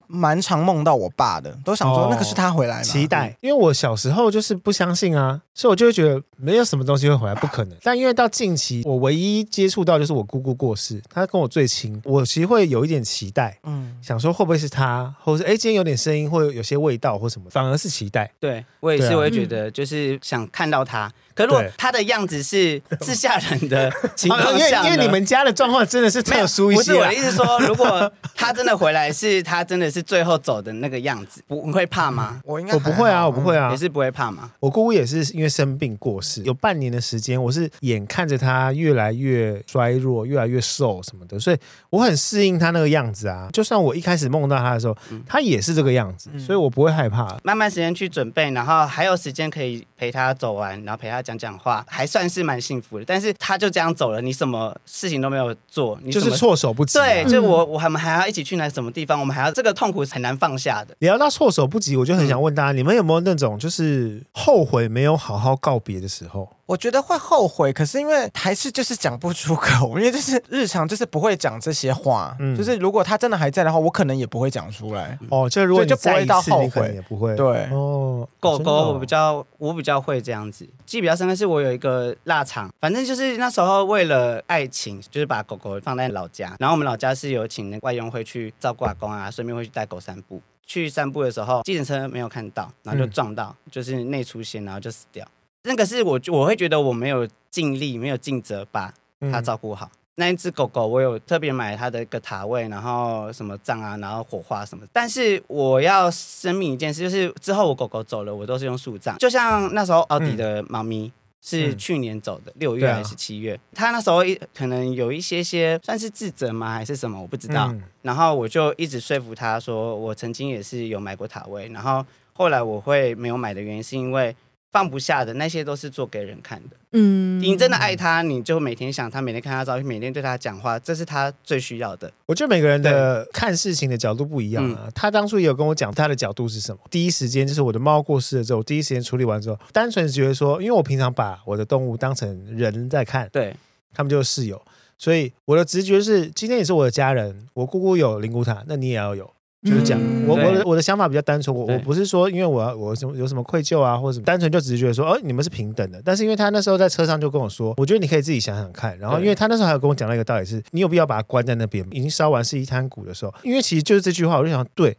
S4: 蛮常梦到我爸的，都想说
S1: 哦
S4: 那个是他回来嘛，
S1: 期待，因为我小时候就是不相信啊，所以我就会觉得没有什么东西会回来，不可能。但因为到近期，我唯一接触到就是我姑姑过世，她跟我最亲，我其实会有一点期待，
S4: 嗯，
S1: 想说会不会是她，或者是哎今天有点声音，或者有些味道或什么，反而是期待。
S2: 对嗯我也是，
S1: 对啊
S2: 我会觉得就是想看到他。可如果
S1: 对
S2: 他的样 子是自吓人的情
S1: 啊
S2: 况
S1: 因为
S2: 下呢，
S1: 因为你们家的状况真的是
S2: 没有
S1: 特殊一
S2: 不是
S1: 些
S2: 我
S1: 啊
S2: 的意，思是说，如果他真的回来，是他真的是最后走的那个样子，不你会怕吗？
S4: 我应该
S1: 我不会
S4: 还
S1: 啊，
S4: 好
S1: 我不会，啊
S2: 也，是不会怕吗？
S1: 我姑姑也是因为生病过世，有半年的时间，我是眼看着她越来越衰弱，越来越瘦什么的，所以我很适应她那个样子啊。就算我一开始梦到她的时候，
S2: 嗯
S1: 她也是这个样子，所以我不会害怕。
S2: 慢慢时间去准备，然后还有时间可以陪他走完，然后陪他讲讲话，还算是蛮幸福的。但是他就这样走了，你什么事情都没有做，你
S1: 就
S2: 什
S1: 是
S2: 么
S1: 措手不及、
S2: 对，
S1: 啊。
S2: 就我我还我们还要一起去那什么地方，我们还要这个痛苦是很难放下的。
S1: 聊到措手不及，我就很想问大家，你们有没有那种就是后悔没有好好告别的时候？
S4: 我觉得会后悔，可是因为还是就是讲不出口，因为就是日常就是不会讲这些话，
S1: 嗯
S4: 就是如果他真的还在的话，我可能也不会讲出来。
S2: 嗯
S1: 哦，就如果你
S4: 所以就不会
S1: 再一次
S4: 到后悔
S1: 你可能也不会。
S4: 对
S1: 哦，
S2: 狗
S1: 真的哦
S2: 狗我比较我比较会这样子，记忆比较深刻是我有一个腊肠，反正就是那时候为了爱情，就是把狗狗放在老家，然后我们老家是有请那外佣会去照顾阿公啊，顺便会去带狗散步。去散步的时候，计程车没有看到，然后就
S1: 嗯
S2: 撞到，就是内出血，然后就死掉。那个是我我会觉得我没有尽力，没有尽责把它
S1: 嗯
S2: 照顾好。那一只狗狗，我有特别买它的一个塔位，然后什么杖啊，然后火花什么的。但是我要声明一件事，就是之后我狗狗走了，我都是用树杖。就像那时候奥迪的猫咪。是
S1: 嗯
S2: 去年走的，六
S1: 对
S2: 月
S1: 啊
S2: 还是七月？它那时候一可能有一些些算是自责吗，还是什么？我不知道。
S1: 嗯
S2: 然后我就一直说服他说，我曾经也是有买过塔位，然后后来我会没有买的原因是因为放不下的那些都是做给人看的。
S3: 嗯
S2: 你真的爱他，你就每天想他，每天看他照片，每天对他讲话，这是他最需要的。
S1: 我觉得每个人的看事情的角度不一样啊。他当初也有跟我讲他的角度是什么。第一时间就是我的猫过世了之后，我第一时间处理完之后，单纯觉得说，因为我平常把我的动物当成人在看，
S2: 对，
S1: 他们就是室友，所以我的直觉是，今天也是我的家人，我姑姑有灵骨塔，那你也要有。就是这样，
S3: 嗯
S1: 我我
S2: 对
S1: 的我的想法比较单纯，我
S2: 对
S1: 我不是说因为我要我什么有什么愧疚啊或者什么，单纯就只是觉得说，哦，你们是平等的。但是因为他那时候在车上就跟我说，我觉得你可以自己想想看。然后
S2: 对
S1: 因为他那时候还有跟我讲到一个道理是，你有必要把它关在那边吗，已经烧完是一滩骨的时候，因为其实就是这句话，我就想对。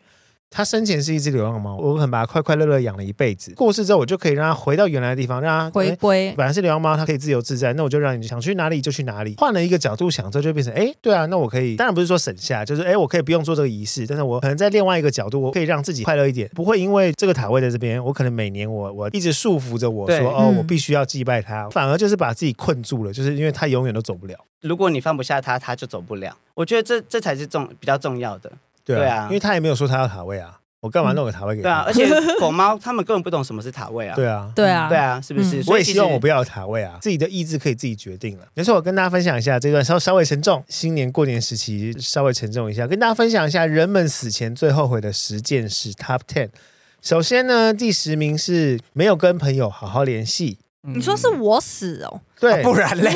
S1: 它生前是一只流浪猫，我很把它快快乐乐养了一辈子。过世之后，我就可以让它回到原来的地方，让它哎
S3: 回归，
S1: 本来是流浪猫，它可以自由自在，那我就让你想去哪里就去哪里。换了一个角度想，这就变成哎，诶对啊，那我可以，当然不是说省下，就是哎，诶我可以不用做这个仪式，但是我可能在另外一个角度，我可以让自己快乐一点，不会因为这个塔位在这边，我可能每年我我一直束缚着我
S2: 对
S1: 说哦
S3: 嗯，
S1: 我必须要祭拜它，反而就是把自己困住了，就是因为它永远都走不了。
S2: 如果你放不下他，他就走不了。我觉得这这才是重比较重 要的。
S1: 对啊，
S2: 对啊
S1: 因为他也没有说他要塔位啊，我干嘛弄个塔位给
S2: 对啊
S1: 他，？
S2: 而且狗猫它们根本不懂什么是塔位啊。
S1: 对啊，
S3: 对啊，
S2: 对，啊，是不是？
S3: 嗯
S2: 所
S1: 我
S2: 以
S1: 也
S2: 其
S1: 希望
S2: 实
S1: 我不要有塔位啊，自己的意志可以自己决定了。没错，我跟大家分享一下这段稍稍微沉重，新年过年时期稍微沉重一下，跟大家分享一下人们死前最后悔的十件事 Top Ten。首先呢，第十名是没有跟朋友好好联系，
S4: 嗯
S3: 你说是我死哦，
S1: 对，
S4: 不然嘞。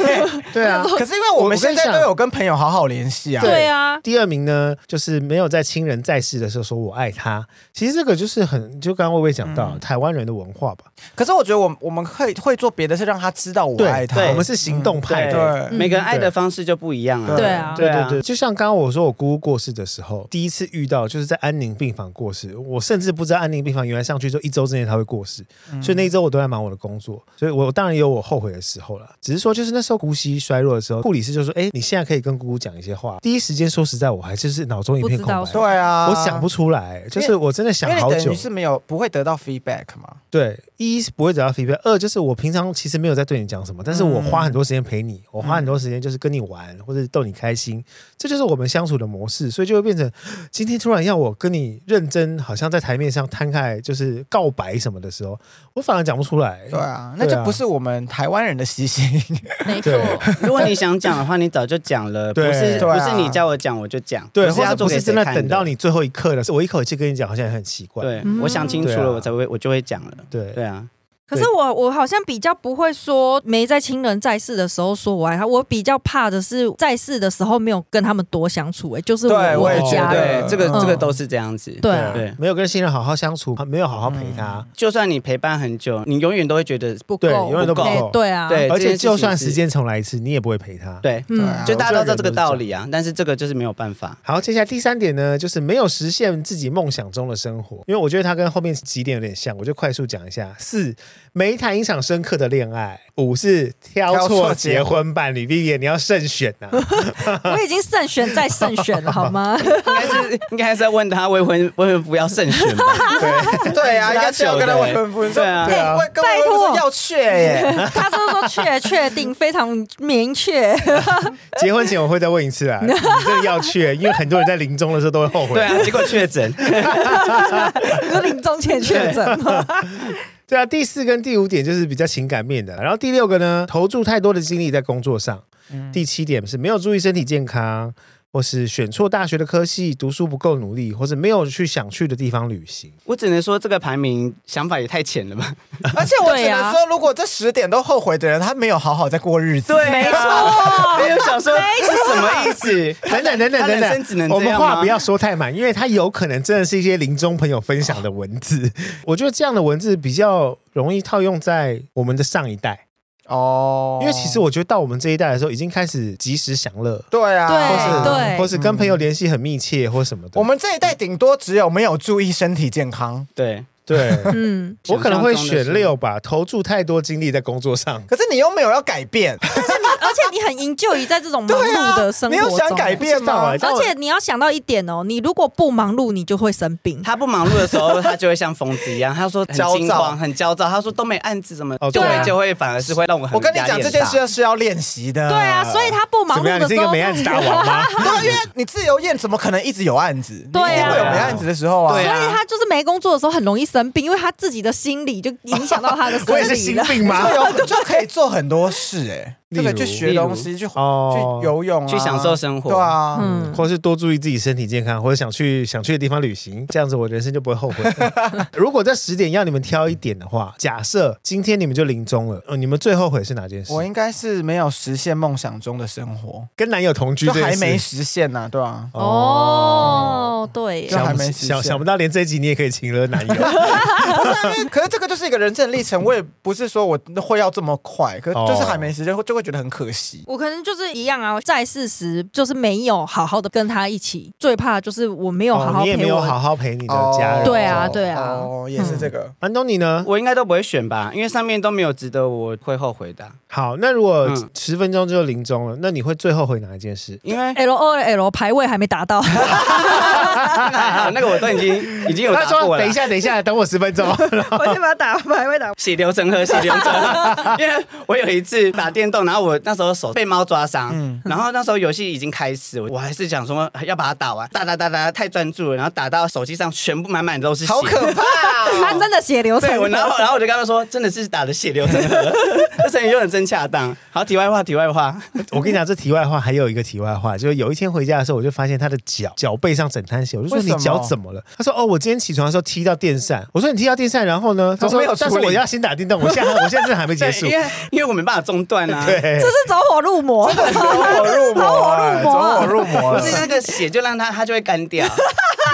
S1: 对 啊。
S4: 可是因为我
S1: 我
S4: 们
S1: 跟
S4: 现
S1: 你
S4: 在
S1: 讲
S4: 都有跟朋友好好联系啊，
S3: 对啊，
S1: 第二名呢，就是没有在亲人在世的时候说我爱他。其实这个就是很，就刚刚薇薇讲到、台湾人的文化吧。
S4: 可是我觉得我我们会会做别的事，让他知道我
S1: 对
S4: 爱他。
S2: 对
S1: 我们是嗯行动派
S2: 对
S1: 的。
S4: 对
S2: 每个人爱
S1: 对
S2: 的方式就不一样啊。
S3: 嗯对啊
S1: 对对
S2: 啊
S1: 对，就像刚刚我说，我姑姑过世的时候，第一次遇到就是在安宁病房过世，我甚至不知道安宁病房原来上去之后一周之内他会过世，
S4: 嗯
S1: 所以那一周我都在忙我的工作，所以我当然也有我后悔的时候了。只是说，就是那时候呼吸衰弱的时候，护理师就说：“哎，你现在可以跟姑姑讲一些话。”第一时间说实在，我还就是脑中一片
S3: 不
S1: 空
S3: 知道
S1: 白，
S3: 说
S4: 对啊，
S1: 我想不出来，就是我真的想
S4: 因为
S1: 好
S4: 你等
S1: 久
S4: 于。是没有不会得到 feedback 嘛。
S1: 对，一是不会得到 feedback，二就是我平常其实没有在对你讲什么，但是我花很多时间陪
S2: 嗯
S1: 你，我花很多时间就是跟你玩或者逗你开心，这就是我们相处的模式，所以就会变成今天突然要我跟你认真，好像在台面上摊开就是告白什么的时候，我反而讲不出来。
S4: 对啊，那就不是我们台湾人的习性。
S3: 没错，
S2: 如果你想讲的话，你早就讲 了，不
S1: 对
S2: 是
S4: 对啊
S2: 不是你叫我讲我就讲，
S1: 对，
S2: 不是
S1: 或
S2: 要
S1: 者
S2: 做
S1: 不
S2: 给
S1: 是
S2: 谁
S1: 真的
S2: 看
S1: 等到。你最后一刻的时候，我一口气跟你讲，好像也很奇怪。
S2: 对
S3: 嗯，
S2: 我想清楚
S1: 对啊
S2: 了，我才会我就会讲了。
S1: 对
S2: 对啊，
S3: 可是我我好像比较不会说没在亲人在世的时候说我爱他，我比较怕的是在世的时候没有跟他们多相处、哎，就是
S4: 对
S3: 我
S4: 我
S3: 的
S4: 也觉
S3: 家
S4: 得
S3: 人，
S2: 对，这个
S3: 嗯
S2: 这个都是这样子。
S3: 对
S1: 啊
S3: 啊，
S2: 对嗯
S1: 没有跟新人好好相处，没有好好陪他，
S2: 就算你陪伴很久，你永远都会觉得
S3: 不
S1: 对
S3: 够，
S1: 永远都不
S3: 哎
S1: 够
S3: 对啊，
S2: 对
S1: 而
S2: 这件
S1: 且
S2: 事情
S1: 就算时
S2: 是
S1: 间重来一次，你也不会陪他。
S2: 对，
S4: 对啊
S3: 嗯，
S2: 就大家都知道这个道理啊，但是这个就是没有办法。
S1: 好，接下来第三点呢，就是没有实现自己梦想中的生活，因为我觉得它跟后面几点有点像，我就快速讲一下：四，没谈一场深刻的恋爱；五是挑
S4: 挑
S1: 错
S4: 错
S1: 结
S4: 结
S1: 婚伴侣 v i v 你要慎选啊呐、
S3: 我已经慎选再慎选了，好吗？
S2: 应该是 应该是在问他未婚未婚夫要慎选吧？
S4: 对 啊，
S2: 是他
S4: 要要跟他
S2: 求的
S4: 未婚夫，你说
S2: 对啊
S4: 哎我跟
S3: 拜
S4: 未
S3: 托
S4: 婚夫说要确 耶，
S3: 他就是说确确定非常明确，
S1: 结婚前我会再问一次啊，你真的要去，因为很多人在临终的时候都会后悔。
S2: 对啊，结果确诊。
S3: 你说临终前确诊吗？
S1: 对啊，第四跟第五点就是比较情感面的，然后第六个呢，投注太多的精力在工作上。第七点是没有注意身体健康，或是选错大学的科系，读书不够努力，或是没有去想去的地方旅行。
S2: 我只能说这个排名想法也太浅了吧？
S4: 而且我只
S3: 对啊
S4: 能说，如果这十点都后悔的人，他没有好好在过日子。
S2: 对，没 错。没有想说是什么意思？
S1: 等等等等等
S2: 他人生只
S1: 等，
S2: 能
S1: 我
S2: 这
S1: 们
S2: 样
S1: 话
S2: 吗
S1: 不？要说太满，因为它有可能真的是一些临终朋友分享的文字。 我觉得这样的文字比较容易套用在我们的上一代，
S4: 哦，
S1: 因为其实我觉得到我们这一代的时候，已经开始及时享乐，
S4: 对啊，
S3: 对
S1: 或是
S3: 对
S1: 或是跟朋友联系很密切或什么的。
S4: 我们这一代顶多只有没有注意身体健康。
S2: 对，
S1: 对，
S3: 嗯，
S1: 我可能会选六吧，投注太多精力在工作上。
S4: 可是你又没有要改变，
S3: 而且你很营救于在这种忙
S4: 对
S3: 碌
S4: 啊
S3: 的生，活
S4: 你有
S3: 中，
S4: 想改变
S1: 不知道
S4: 吗
S1: 哎？
S3: 而且你要想到一点哦，你如果不忙碌，你就会生病。
S2: 他不忙碌的时候，他就会像疯子一样。他说很惊慌、很焦躁，他说都没案子，怎么
S1: 哦
S2: 就
S3: 对
S2: 会
S3: 啊
S2: 就会反而是会让我很
S4: 我跟你
S2: 压力
S4: 讲，
S2: 很
S4: 这件
S2: 大
S4: 事是要练习的。
S3: 对啊，所以他不忙
S1: 怎
S3: 碌
S1: 么样？你
S3: 的
S1: 是一
S3: 时
S1: 个
S3: 候，
S1: 没案子 大王吗？
S4: 对啊，因为你自由宴怎么可能一直有案子？
S3: 对啊
S4: 你一定会有没案子的时候啊。
S2: 对
S3: 所
S2: 啊
S3: 以他就是没工作的时候很容易生病，因为他自己的心理就影响到他的
S1: 我也是
S3: 生理
S1: 心
S3: 了。
S1: 病吗？
S4: 就有就可以做很多事哎，
S1: 例如
S4: 这个去学东西，去
S1: 哦
S4: 去游泳啊，
S2: 去享受生活
S4: 对啊，
S3: 嗯，
S1: 或是多注意自己身体健康，或者想去想去的地方旅行，这样子我人生就不 会后悔。如果这十点要你们挑一点的话，假设今天你们就临终了，呃，你们最后悔是哪件事？
S4: 我应该是没有实现梦想中的生活，
S1: 跟男友同居
S4: 就
S1: 这件
S4: 还
S1: 事
S4: 没实现呢，对啊。
S3: 哦，对耶，
S4: 就还
S1: 想不
S4: 没实
S1: 想
S4: 现
S1: 想不到连这一集你也可以请了 男友
S4: 不是啊，因为可是这个就是一个人生的历程，我也不是说我会要这么快，可是就是还没实现，就会觉得很可惜。
S3: 我可能就是一样啊，在事实就是没有好好的跟他一起，最怕就是我没有好
S1: 哦，
S3: 好
S1: 你也没
S3: 陪
S1: 有
S3: 我。
S1: 好好陪你的家人。
S3: 哦对啊对啊
S4: 哦，也是这个。
S1: 安东尼呢？
S2: 我应该都不会选吧，因为上面都没有值得我会后悔的啊、
S1: 好，那如果
S2: 嗯
S1: 十分钟就临终了，那你会最后悔哪一件事？
S2: 因为
S3: L 二 L 排位还没达到，
S2: 那个我都已经已经有
S1: 他
S2: 答
S1: 说
S2: 过：“了啊
S1: 等一。下，等一下，等我十分钟。
S3: 我先把它打排位打。
S2: 血流成河，血流成河。 因为我有一次打电动，然后我那时候手被猫抓伤，
S4: 嗯
S2: 然后那时候游戏已经开始，我我还是想说嗯要把它打完，打打打打，太专注了，然后打到手机上全部满满都是血，
S4: 好可怕、
S3: 他真的血流成
S2: 对，我
S3: 河，
S2: 然后然后我就跟他们说，真的是打的血流成 河，这成语用的真恰当。好，题外话，题外话，
S1: 我跟你讲，这题外话还有一个题外话，就是有一天回家的时候，我就发现他的脚脚背上整滩系。我就说
S4: 为
S1: 你
S4: 什么
S1: 脚怎么了？他说哦，我今天起床的时候踢到电扇。我说你踢到电扇，然后呢？他
S4: 怎么
S1: 说
S4: 没有
S1: 但是
S4: 处理
S1: 我要先打电动，我现在我现在真的还没结
S2: 对，
S1: 束
S2: 因。为因为我没办法中断 啊，
S1: 对
S3: 这，是走火入魔，这是走
S4: 火入魔哎，走火入魔
S2: 不
S4: 了
S2: 是那个血就让它它就会干 掉，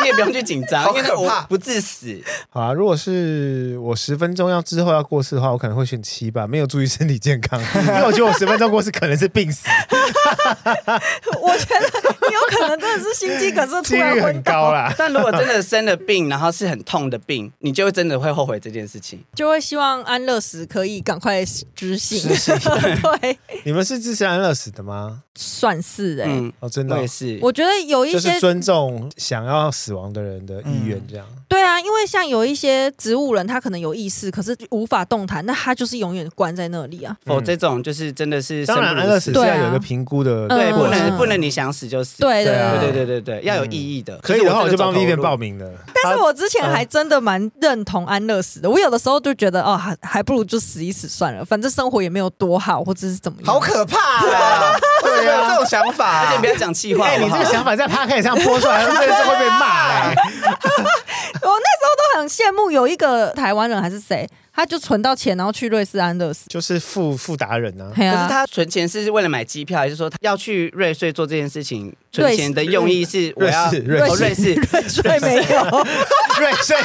S2: 你也不用去紧张，
S4: 好
S2: 因为那个
S4: 可怕
S2: 我不致死。
S1: 好啊，如果是我十分钟要之后要过世的话，我可能会选七吧，没有注意身体健康，因为我觉得我十分钟过世可能是病死，
S3: 我觉得你有可能真的是心肌梗塞突
S1: 几
S3: 然
S1: 率
S3: 昏
S1: 很
S3: 倒，
S1: 高啦。
S2: 但如果真的生了病，然后是很痛的病，你就真的会后悔这件事情。
S3: 就会希望安乐死可以赶快执行。对，
S1: 你们是支持安乐死的吗？
S3: 算是哎、
S2: 嗯，
S1: 哦，真的
S2: 我
S1: 哦
S2: 也，是。
S3: 我觉得有一
S1: 就
S3: 些
S1: 是尊重想要死亡的人的意愿，这样。
S3: 对啊，因为像有一些植物人，他可能有意识，可是无法动弹，那他就是永远关在那里啊。
S2: 否这种就是真的是
S1: 当
S2: 生不
S1: 然，
S2: 如
S1: 安乐死
S2: 死
S1: 是
S3: 对啊
S1: 要有一个评估的过程，
S2: 对，
S3: 嗯
S2: 不能不能你想死就死。
S3: 对
S1: 对啊
S2: 对对对对对，要有意义的。
S1: 可以的话，我就帮 Vivian 报
S2: 报。
S1: 名了。
S3: 但是
S1: 好
S3: 我之前还真的蛮认同安乐死的，我有的时候就觉得哦，还还不如就死一死算了，反正生活也没有多好，或者是怎么样。
S4: 好可怕啊！为什么有这种想法
S2: 而且
S4: 啊
S2: 不？要讲气话，
S1: 哎，你
S2: 好
S1: 这
S2: 不
S1: 个
S2: 好
S1: 想法在 p o d c a s 上播出 来，真的是会被骂。哎
S3: 我那时候都很羡慕有一个台湾人还是谁，他就存到钱，然后去瑞士安乐死。
S1: 就是富富达人 啊，
S3: 可
S2: 可是他存钱是为了买机票，还是说他要去瑞穗做这件事情？存钱的用意是我
S1: 瑞
S2: 要
S1: 士
S2: 哦
S1: 瑞
S2: 瑞士
S3: 瑞
S2: 瑞
S3: 穗没有，
S1: 瑞穗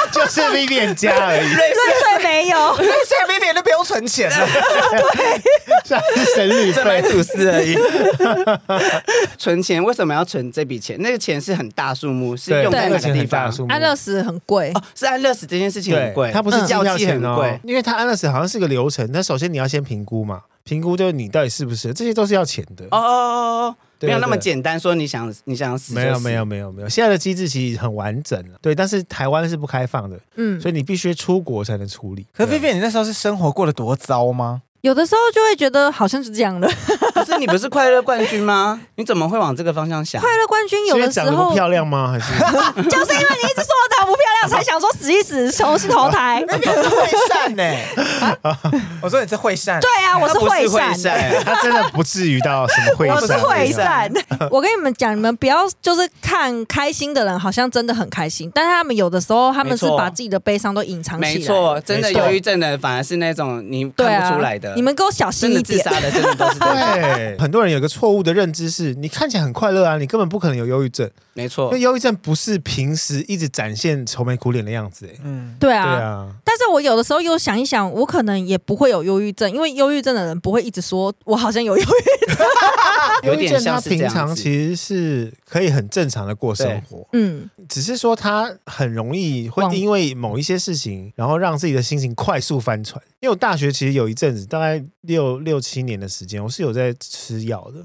S1: 就是 Vivian 家而已，
S3: 瑞穗没有。
S4: 瑞士每年都不用存钱了，
S1: 像是神旅
S2: 这买
S1: 费。
S2: 吐司而已。存钱为什么要存这笔钱？那个钱是很大数目，是用在
S1: 那
S2: 哪
S1: 个
S2: 个
S1: 钱
S2: 地
S1: 很大
S2: 方
S1: 的？数目
S3: 安乐死很贵
S2: 哦，是安乐死这件事情很贵，
S1: 它不是
S3: 嗯
S1: 机
S2: 药
S1: 票
S2: 剂
S1: 钱
S2: 很
S1: 哦
S2: 贵，，
S1: 因为它安乐死好像是个流程。那首先你要先评估嘛，评估就是你到底适不适合，这些都是要钱的。
S2: 哦哦哦哦，
S1: 对
S2: 没有那么
S1: 对
S2: 简单，说你想你想死就死，
S1: 没有没有没有没有，现在的机制其实很完整了，对，但是台湾是不开放的，
S3: 嗯，
S1: 所以你必须出国才能处理。
S4: 可是
S1: 对啊
S4: Vivian，你那时候是生活过得多糟吗？
S3: 有的时候就会觉得好像是这样的。
S2: 可是你不是快乐冠军吗？你怎么会往这个方向想？
S3: 快乐冠军有
S1: 是因为
S3: 的时
S1: 长得不
S3: 候
S1: 漂亮吗？还是
S3: 就是因为你一直说我长得不漂亮，才想说死一死，重新投胎。
S4: 你是惠善呢、 我说你是惠
S3: 欸
S4: 善，
S3: 对啊，我
S2: 他
S3: 是
S2: 不
S3: 会
S2: 是会
S3: 善。
S2: 善，
S1: 他真的不至于到什么会
S3: 我是
S1: 上
S3: 会
S1: 那种
S3: 善， 我跟你们讲，你们不要就是看开心的人，好像真的很开心，但是他们有的时候他们是
S2: 没错
S3: 把自己的悲伤都隐藏起来。
S2: 没错，真的
S1: 没错
S2: 忧郁症的反而是那种你
S3: 对
S2: 看
S3: 啊，
S2: 不出来的，
S3: 你们给我小心
S2: 真的
S3: 一
S2: 自
S3: 点。
S2: 杀的真的都是这样，
S1: 对，很多人有个错误的认知是，你看起来很快乐啊，你根本不可能有忧郁症。
S2: 没错
S1: 那，忧郁症不是平时一直展现愁眉苦脸的样子、欸，
S4: 嗯，
S3: 对
S1: 对
S3: 啊，
S1: 啊，
S3: 但是我有的时候又想一想，我可能也不会有忧郁症，因为忧郁症的人不会一直说我好像有忧郁。
S2: 有
S1: 忧郁
S2: 点
S1: 症他
S2: 像是这
S1: 平常
S2: 样
S1: 其
S2: 子。
S1: 实是可以很正常的过生活，
S3: 嗯，
S1: 只是说他很容易会
S3: 忘
S1: 因为某一些事情，然后让自己的心情快速翻船。因为我大学其实有一阵子，大概六六七年的时间，我是有在吃药的。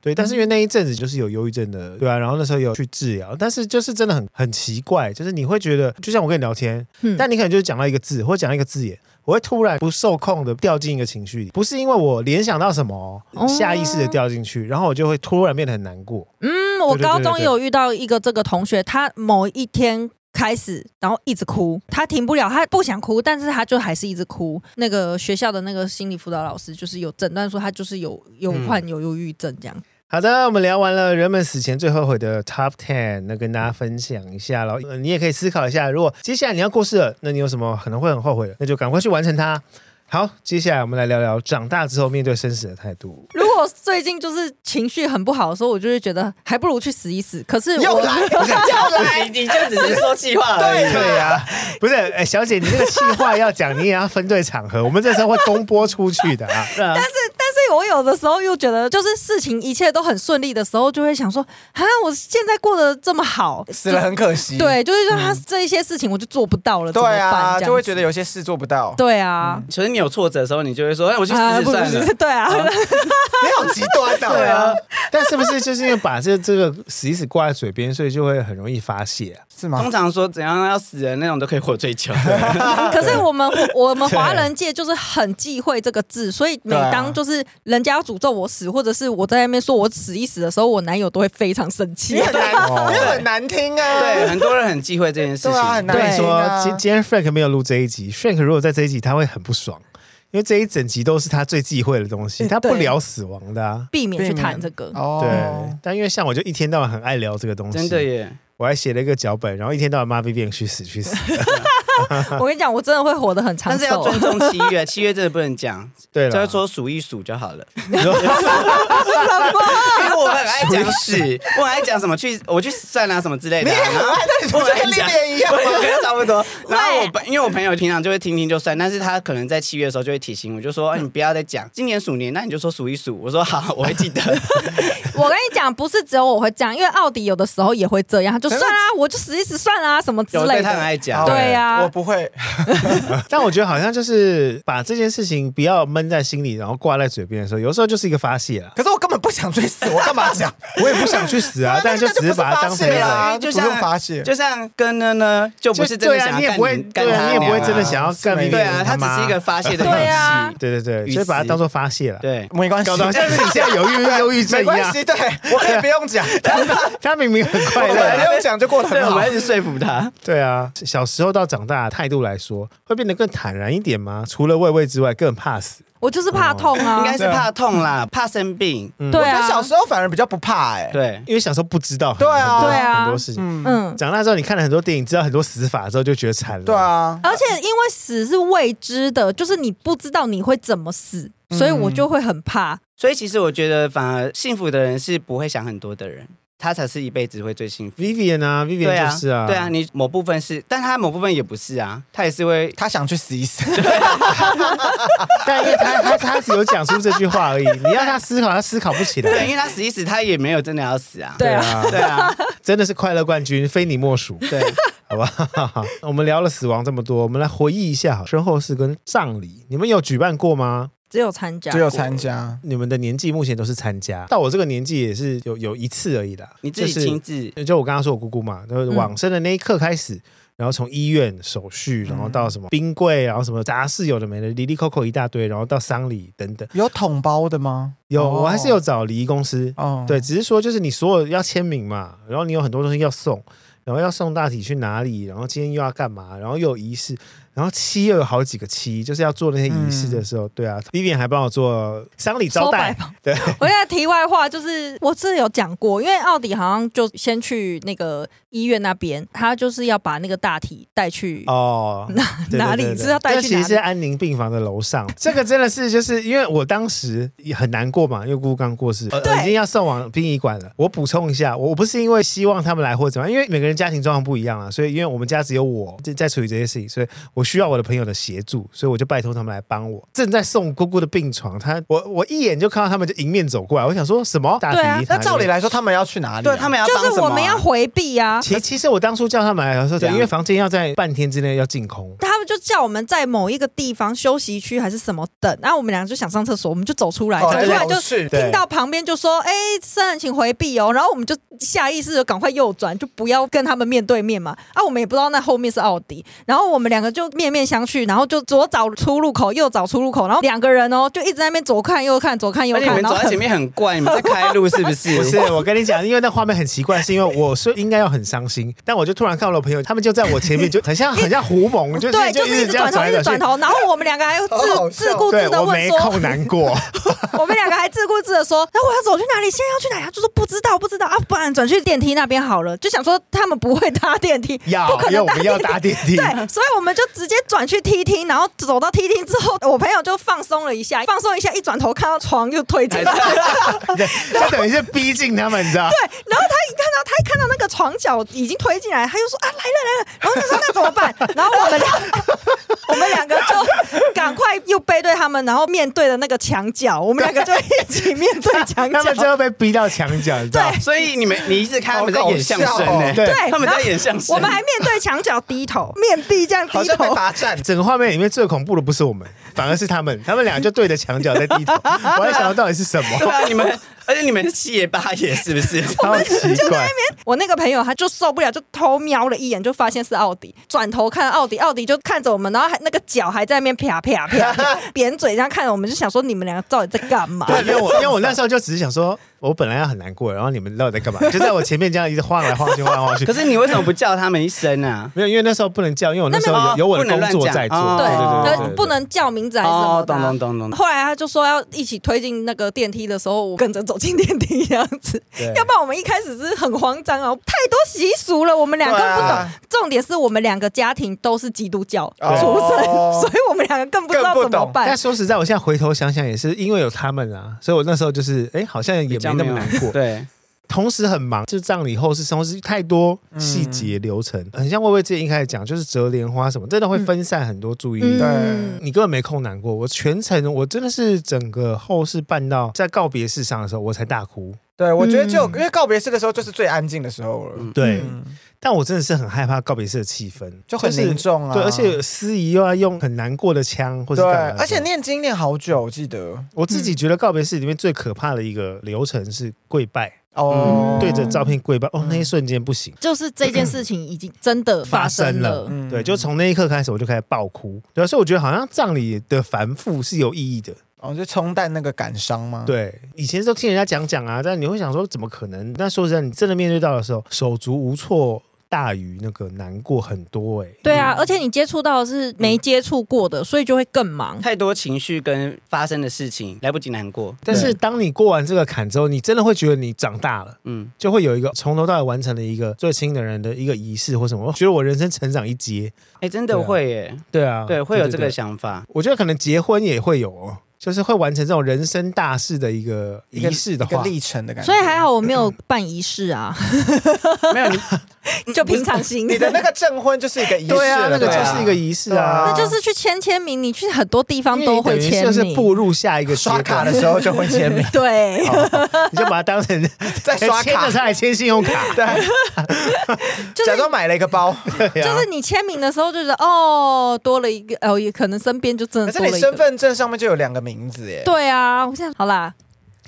S1: 对，
S3: 嗯
S1: 但是因为那一阵子就是有忧郁症的，对啊，然后那时候有去治疗，但是就是真的很很奇怪，就是你会觉得，就像我跟你聊天，
S3: 嗯
S1: 但你可能就是讲到一个字或讲到一个字眼，我会突然不受控的掉进一个情绪里，不是因为我联想到什么
S3: 哦，
S1: 下意识的掉进去，然后我就会突然变得很难过。
S3: 嗯，我
S1: 对对对
S3: 高中
S1: 对
S3: 也有遇到一个这个同学，他某一天开始，然后一直哭，他停不了，他不想哭，但是他就还是一直哭。那个学校的那个心理辅导老师就是有诊断说他就是有有
S2: 嗯
S3: 患有忧郁症这
S4: 嗯
S3: 样。
S1: 好的，我们聊完了人们死前最后悔的 Top Ten，那跟大家分享一下喽。呃你也可以思考一下，如果接下来你要过世了，那你有什么可能会很后悔的？那就赶快去完成它。好，接下来我们来聊聊长大之后面对生死的态度。
S3: 如果最近就是情绪很不好的时候，我就会觉得还不如去死一死。可是
S4: 又
S3: 我
S4: 来，又来，
S2: 你你就只是说气话而已，
S4: 对对呀、
S1: 不是，哎、小姐，你这个气话要讲，你也要分对场合。我们这时候会公播出去的啊。
S2: 对 啊
S3: 但是我有的时候又觉得，就是事情一切都很顺利的时候，就会想说，啊，我现在过得这么好，
S4: 死了很可惜。
S3: 对，就是说他这一些事情我就做不到了，怎么
S4: 对
S3: 办
S4: 啊，
S3: 这样
S4: 就会觉
S3: 子
S4: 得有些事做不到。
S3: 对啊，
S2: 其实你有挫折的时候，你就会说：“哎，我去死死
S3: 不
S2: 算了。
S3: 是，对啊，
S4: 你好极端的、
S2: 对啊，
S1: 但是不是就是因为把这这个死一死挂在嘴边，所以就会很容易发泄啊？
S4: 是
S2: 通
S4: 吗？
S2: 常说怎样要死人那种都可以活最 久。
S3: 可是我们我们华人界就是很忌讳这个字，所以每
S2: 啊
S3: 当就是人家要诅咒我死，或者是我在那边说我死一死的时候，我男友都会非常生气
S4: 你。很难，
S1: 哦
S4: 你很难听啊。
S2: 对，很多人很忌讳这件事
S4: 对啊，
S2: 情。
S4: 很难
S3: 对
S4: 听
S1: 说
S4: 啊。
S1: 今今天 Frank 没有录这一集，Frank 如果在这一集他会很不爽，因为这一整集都是他最忌讳的东西，
S3: 嗯
S1: 他不
S3: 对
S1: 聊死亡的、啊。
S3: 避免去
S4: 避免
S3: 谈这个。
S1: 对
S4: 哦，，
S1: 但因为像我就一天到晚很爱聊这个东西，
S2: 真的耶，
S1: 我还写了一个脚本，然后一天到晚骂 Vivian 去死去死。
S3: 我跟你讲，我真的会活得很长
S2: 但是要
S3: 寿。
S2: 尊重七月，七月真的不能讲，
S1: 对
S2: 就
S1: 了
S2: 是，说数一数 就好了。
S1: 你说
S2: 因为我们很爱讲屎，我很爱讲什么去我去算啊什么之类的、啊，然后
S4: 不是跟丽莲一样
S2: 我觉得差 不多。然后我
S3: 喂
S2: 本因为我朋友平常就会听听就算，但是他可能在七月的时候就会提醒我，就说、哎你不要再讲今年鼠年，那你就说数一数。我说好，我会 记得。
S3: 我跟你讲，不是只有我会这样，因为奥迪有的时候也会这样，他就算啦，我就死一死算啦，什么之
S2: 有对
S3: 类
S2: 他很
S3: 的。
S2: 爱讲，
S3: 对啊呀
S4: 我不会，
S1: 但我觉得好像就是把这件事情不要闷在心里，然后挂在嘴边的时候，有时候就是一个发泄啦。
S4: 可是我根本不想去死，我干嘛讲？，
S1: 我也不想去死 啊但
S4: 那
S1: 就
S4: 就
S1: 只是把它当成一
S4: 对
S1: 个。
S4: 啊
S2: 因为就
S4: 不用
S2: 像
S4: 发泄
S2: 就像跟呢呢，就不是真的
S1: 对啊，
S2: 想
S1: 你也
S2: 要
S1: 不会
S2: 干你，干
S1: 对啊，
S2: 他
S1: 你也不会
S2: 娘啊
S1: 真的想要干
S4: 是
S1: Vivian
S4: 没有
S2: 对啊，
S1: 他
S2: 它只
S1: 妈
S2: 是一个发泄的
S3: 对啊
S2: 勇气。
S1: 对对对，所以把它当做发泄了。
S2: 对，
S4: 没关系，
S1: 搞得好像是你现在有抑忧郁症
S4: 啊没
S1: 一
S4: 关
S1: 样，
S4: 系，对我可以不用讲，
S1: 他明明很快
S4: 我
S1: 乐。啊
S4: 不用讲就过得
S2: 对，
S4: 很
S2: 我
S4: 好
S2: 们。一直说服他。
S1: 对啊，小时候到长大的态度来说，会变得更坦然一点吗？除了畏畏之外，更怕死。
S3: 我就是怕痛啊，
S2: 哦应该是怕痛啦，怕生病。
S3: 对
S4: 我
S3: 啊，
S4: 小时候反而比较不怕哎，
S2: 对，
S1: 因为小时候不知道很
S4: 对啊
S1: 很多
S3: 对啊
S1: 很多事情。
S4: 嗯，
S3: 嗯。
S1: 长大之后，你看了很多电影，知道很多死法之后，就觉得惨了。
S4: 对，啊，
S3: 而且因为死是未知的，就是你不知道你会怎么死，所以我
S2: 嗯
S3: 就会很怕。
S2: 所以其实我觉得，反而幸福的人是不会想很多的人，他才是一辈子会最幸福。
S1: ，Vivian 啊
S2: 对
S1: ，Vivian
S2: 啊，
S1: 就是
S2: 对啊，，你某部分是，但他某部分也不是啊，他也是会。
S4: 他想去死一死，
S1: 但因为他他他只有讲出这句话而已，你让他思考，他思考不起
S2: 对，因
S1: 来。
S2: 为他死一死，他也没有真的要死啊。
S3: 对啊
S1: 啊，
S2: 对啊，
S1: 真的是快乐冠军，非你莫属，
S2: 对，
S1: 好不好？我们聊了死亡这么多，我们来回忆一下好身后事跟葬礼，你们有举办过吗？
S3: 只有参加，
S4: 只有参。加。
S1: 你们的年纪目前都是参加，到我这个年纪也是有有一次而已啦。
S2: 你自己
S1: 就是
S2: 亲嗯自。
S1: 就我刚刚说我姑姑嘛，就是往生的那一刻开始，然后从医院手
S2: 嗯
S1: 续，然后到什么冰柜，然后什么杂事有的没的，离离扣扣一大堆，然后到丧礼等等。
S4: 有桶包的吗？
S1: 有，
S4: 哦
S1: 我还是有找礼仪公司，
S4: 哦，
S1: 对，，只是说就是你所有要签名嘛，然后你有很多东西要送，然后要送大体去哪里，然后今天又要干嘛，然后又有仪式，然后七又有好几个七，就是要做那些仪式的时候，对啊，Vivian 还帮我做丧礼招
S3: 嗯收白
S1: 待，
S3: 吧。
S1: 对，
S3: 我现在题外话就是， 我之前有讲过，因为奥迪好像就先去那个医院那边，他就是要把那个大体带去。
S1: 哦，对
S3: 哪里
S1: 对对对
S3: 是要带去
S1: 但其实
S3: 哪里
S1: 是安宁病房的楼上，这个真的是就是因为我当时也很难过嘛，因为姑姑刚过世，呃
S3: 对
S1: 已经要送往殡仪馆了。我补充一下，我我不是因为希望他们来或怎么样，因为每个人家庭状况不一样啊，所以因为我们家只有我在在处理这些事情，所以我需要我的朋友的协助，所以我就拜托他们来帮我。正在送姑姑的病床，他我我一眼就看到他们就迎面走过来，我想说什么大
S3: 对啊
S1: 体
S4: 那照理来说，他们要去哪里啊？
S2: 对他们要
S3: 就
S2: 帮
S3: 是
S2: 什么
S3: 我
S2: 啊
S3: 们要回避啊，
S1: 其其实我当初叫他们来的时候，对
S2: 这样
S1: 因为房间要在半天之内要净空，
S3: 他们就叫我们在某一个地方休息区还是什么等，然后我们俩就想上厕所，我们就走出来，
S4: 哦
S3: 走出来就
S4: 去
S1: 对
S3: 听到旁边就说：“哎、生人请回避哦。”然后我们就下意识的赶快右转，就不要跟他们面对面嘛。啊，我们也不知道那后面是奥迪，然后我们两个就面面相觑，然后就左找出入口，右找出入口，然后两个人哦就一直在那边左看右看，左看右
S2: 而且你
S3: 看，
S2: 们
S3: 然
S2: 走
S3: 后
S2: 在前
S3: 很
S2: 面很怪，你们在开路是不 是？
S1: 不是，啊我跟你讲，因为那画面很奇怪，是因为我是应该要很伤心，但我就突然看到我朋友，他们就在我前面，就很像很像狐獴， 就是
S3: 对，就
S1: 就是
S3: 一
S1: 一
S3: 直
S1: 这样
S3: 转头，一
S1: 来
S3: 直转
S1: 转去。
S3: 头，然后我们两个还自
S4: 好好笑
S3: 自顾
S1: 对
S3: 自的
S1: 我
S3: 问
S1: 没
S3: 说：“
S1: 空难过，
S3: 我们两个还自顾自的说，那我要走去哪里？现在要去哪里？他就说不知道，不知道啊，不然转去电梯那边好了。就想说他们不会搭电梯，
S1: 要
S3: 不可
S1: 因为
S3: 能
S1: 我们要搭电梯
S3: 梯。。对，所以我们就直接转去梯厅，然后走到梯厅之后，我朋友就放松了一下，放松一下，一转头看到床又推进来，
S2: 还在
S3: 然后
S1: 对，就等于是逼近他们，你知道？
S3: 他一看到他一看到那个床脚已经推进来，他就说啊来了来了，然后就说那怎么办？然后我们俩我们两个就赶快又背对他们，然后面对了那个墙角，我们两个就一起面对墙角，
S1: 他们最后被逼到墙角，你知道？
S2: 所以你们你一直看他们在演相
S4: 好搞
S2: 声
S4: 笑哦
S2: 呢，
S1: 对
S3: 对
S2: 他们在演相声，
S3: 我们还面对墙角低头，面壁这样低
S4: 好像被
S3: 头。
S4: 罚站。
S1: 啊整个画面里面最恐怖的不是我们，反而是他们，他们俩就对着墙角在低 头，我在想到到底是什
S2: 对
S1: 么，
S2: 啊，你们而且你们七爷八爷是不是？
S1: 超奇怪。
S3: 我那个朋友他就受不了，就偷瞄了一眼，就发现是奥迪，转头看奥迪，奥迪就看着我们，然后还那个脚还在那边啪啪 啪，扁嘴这样看着我们，就想说你们两个到底在干嘛？
S1: 对，因为我因为我那时候就只是想说，我本来要很难过，然后你们到底在干嘛？就在我前面这样一直晃来晃去，晃来晃去。
S2: 可是你为什么不叫他们一声 啊？
S1: 没有，因为那时候不能叫，因为我那时
S2: 那
S1: 候
S2: 没
S1: 有有
S2: 有
S1: 我的
S2: 不能
S1: 工
S2: 乱
S1: 作
S2: 讲
S1: 在做，
S2: 哦
S1: 对对
S3: 对
S1: 对对，对，
S3: 不能叫名字还是什么
S2: 哦，
S3: 的
S2: 懂
S3: 啊
S2: 懂懂懂，
S3: 后来他就说要一起推进那个电梯的时候，我跟着走进电梯这样子。
S2: 对
S3: 要不然我们一开始是很慌张哦，太多习俗了，我们两个
S2: 对
S3: 不懂。
S2: 啊
S3: 重点是我们两个家庭都是基督教
S4: 哦
S3: 出身，所以我们两个更不知道
S4: 更不
S3: 怎么
S4: 懂
S3: 办
S1: 但。说实在，我现在回头想想，也是因为有他们啊，所以我那时候就是，哎，好像也没
S2: 比较
S1: 那么
S2: 有
S1: 难过。
S2: 对，
S1: 同时很忙，就是葬礼后事生活是太多细节流程，很像薇薇之前一开始讲，就是折莲花什么，真的会分散很多注意
S2: 嗯
S1: 力。
S4: 对
S1: 你根本没空难过，我全程我真的是整个后事办到在告别式上的时候，我才大哭。
S4: 对，我觉得就
S3: 嗯
S4: 因为告别式的时候就是最安静的时候了，
S1: 对，
S4: 嗯
S1: 但我真的是很害怕告别式的气氛，
S4: 就很
S1: 是
S4: 凝重啊。
S1: 对，而且司仪又要用很难过的腔，或者
S4: 对，而且嗯念经念好久，我记得
S1: 我自己觉得告别式里面最可怕的一个流程是跪拜，
S4: 哦，
S1: 对着照片跪拜，哦，那
S4: 嗯
S1: 一瞬间不行。
S3: 就是这件事情已经真的
S1: 发
S3: 发
S1: 生
S3: 生
S1: 了
S3: 了，
S4: 嗯
S1: 对，就从那一刻开始，我就开始爆哭。对，所以我觉得好像葬礼的繁复是有意义的。
S4: 哦，就冲淡那个感伤吗？，
S1: 对，以前都听人家讲讲啊，但你会想说怎么可能？但说实在，你真的面对到的时候，手足无措大于那个难过很多哎、欸。
S3: 对啊，而且你接触到的是没接触过的，所以就会更忙。
S2: 太多情绪跟发生的事情，来不及难过。
S1: 但是当你过完这个坎之后，你真的会觉得你长大了，
S2: 嗯，
S1: 就会有一个从头到尾完成了一个最亲的人的一个仪式或什么，我觉得我人生成长一阶。
S2: 哎，真的
S1: 对啊
S2: 会耶，
S1: 对啊，
S2: 对，会有这
S1: 对
S2: 个想法。
S1: 我觉得可能结婚也会有、哦，就是会完成这种人生大事的一个
S4: 一个
S1: 仪式的
S4: 一个
S1: 话，
S4: 历程的感觉。
S3: 所以还好我没有办仪式啊，
S2: 没有，你
S3: 就平常心。
S4: 你的 那个证婚就是一个仪式了，
S1: 对啊，那个
S4: 对
S1: 就是一个仪式啊，
S4: 对
S3: 那
S4: 啊
S3: 就是去签签名，你去很多地方都会
S1: 因为你
S3: 签
S1: 等于
S3: 名，，
S1: 就是步入下一个阶
S4: 刷
S1: 段
S4: 卡的时候就会签名
S3: 对，
S1: 哦 你就把它当成
S4: 再刷
S1: 签
S4: 卡
S1: 了，才来签信用卡。
S4: 对，
S3: 就是
S4: 假装买了一个包，
S1: 对啊
S3: 就是你签名的时候就觉得哦，多了一个，哦，也可能身边就真
S4: 可
S3: 的
S4: 是
S3: 多了一
S4: 你
S3: 个。
S4: 身份证上面就有两个名字耶，
S3: 对啊，我现在好啦，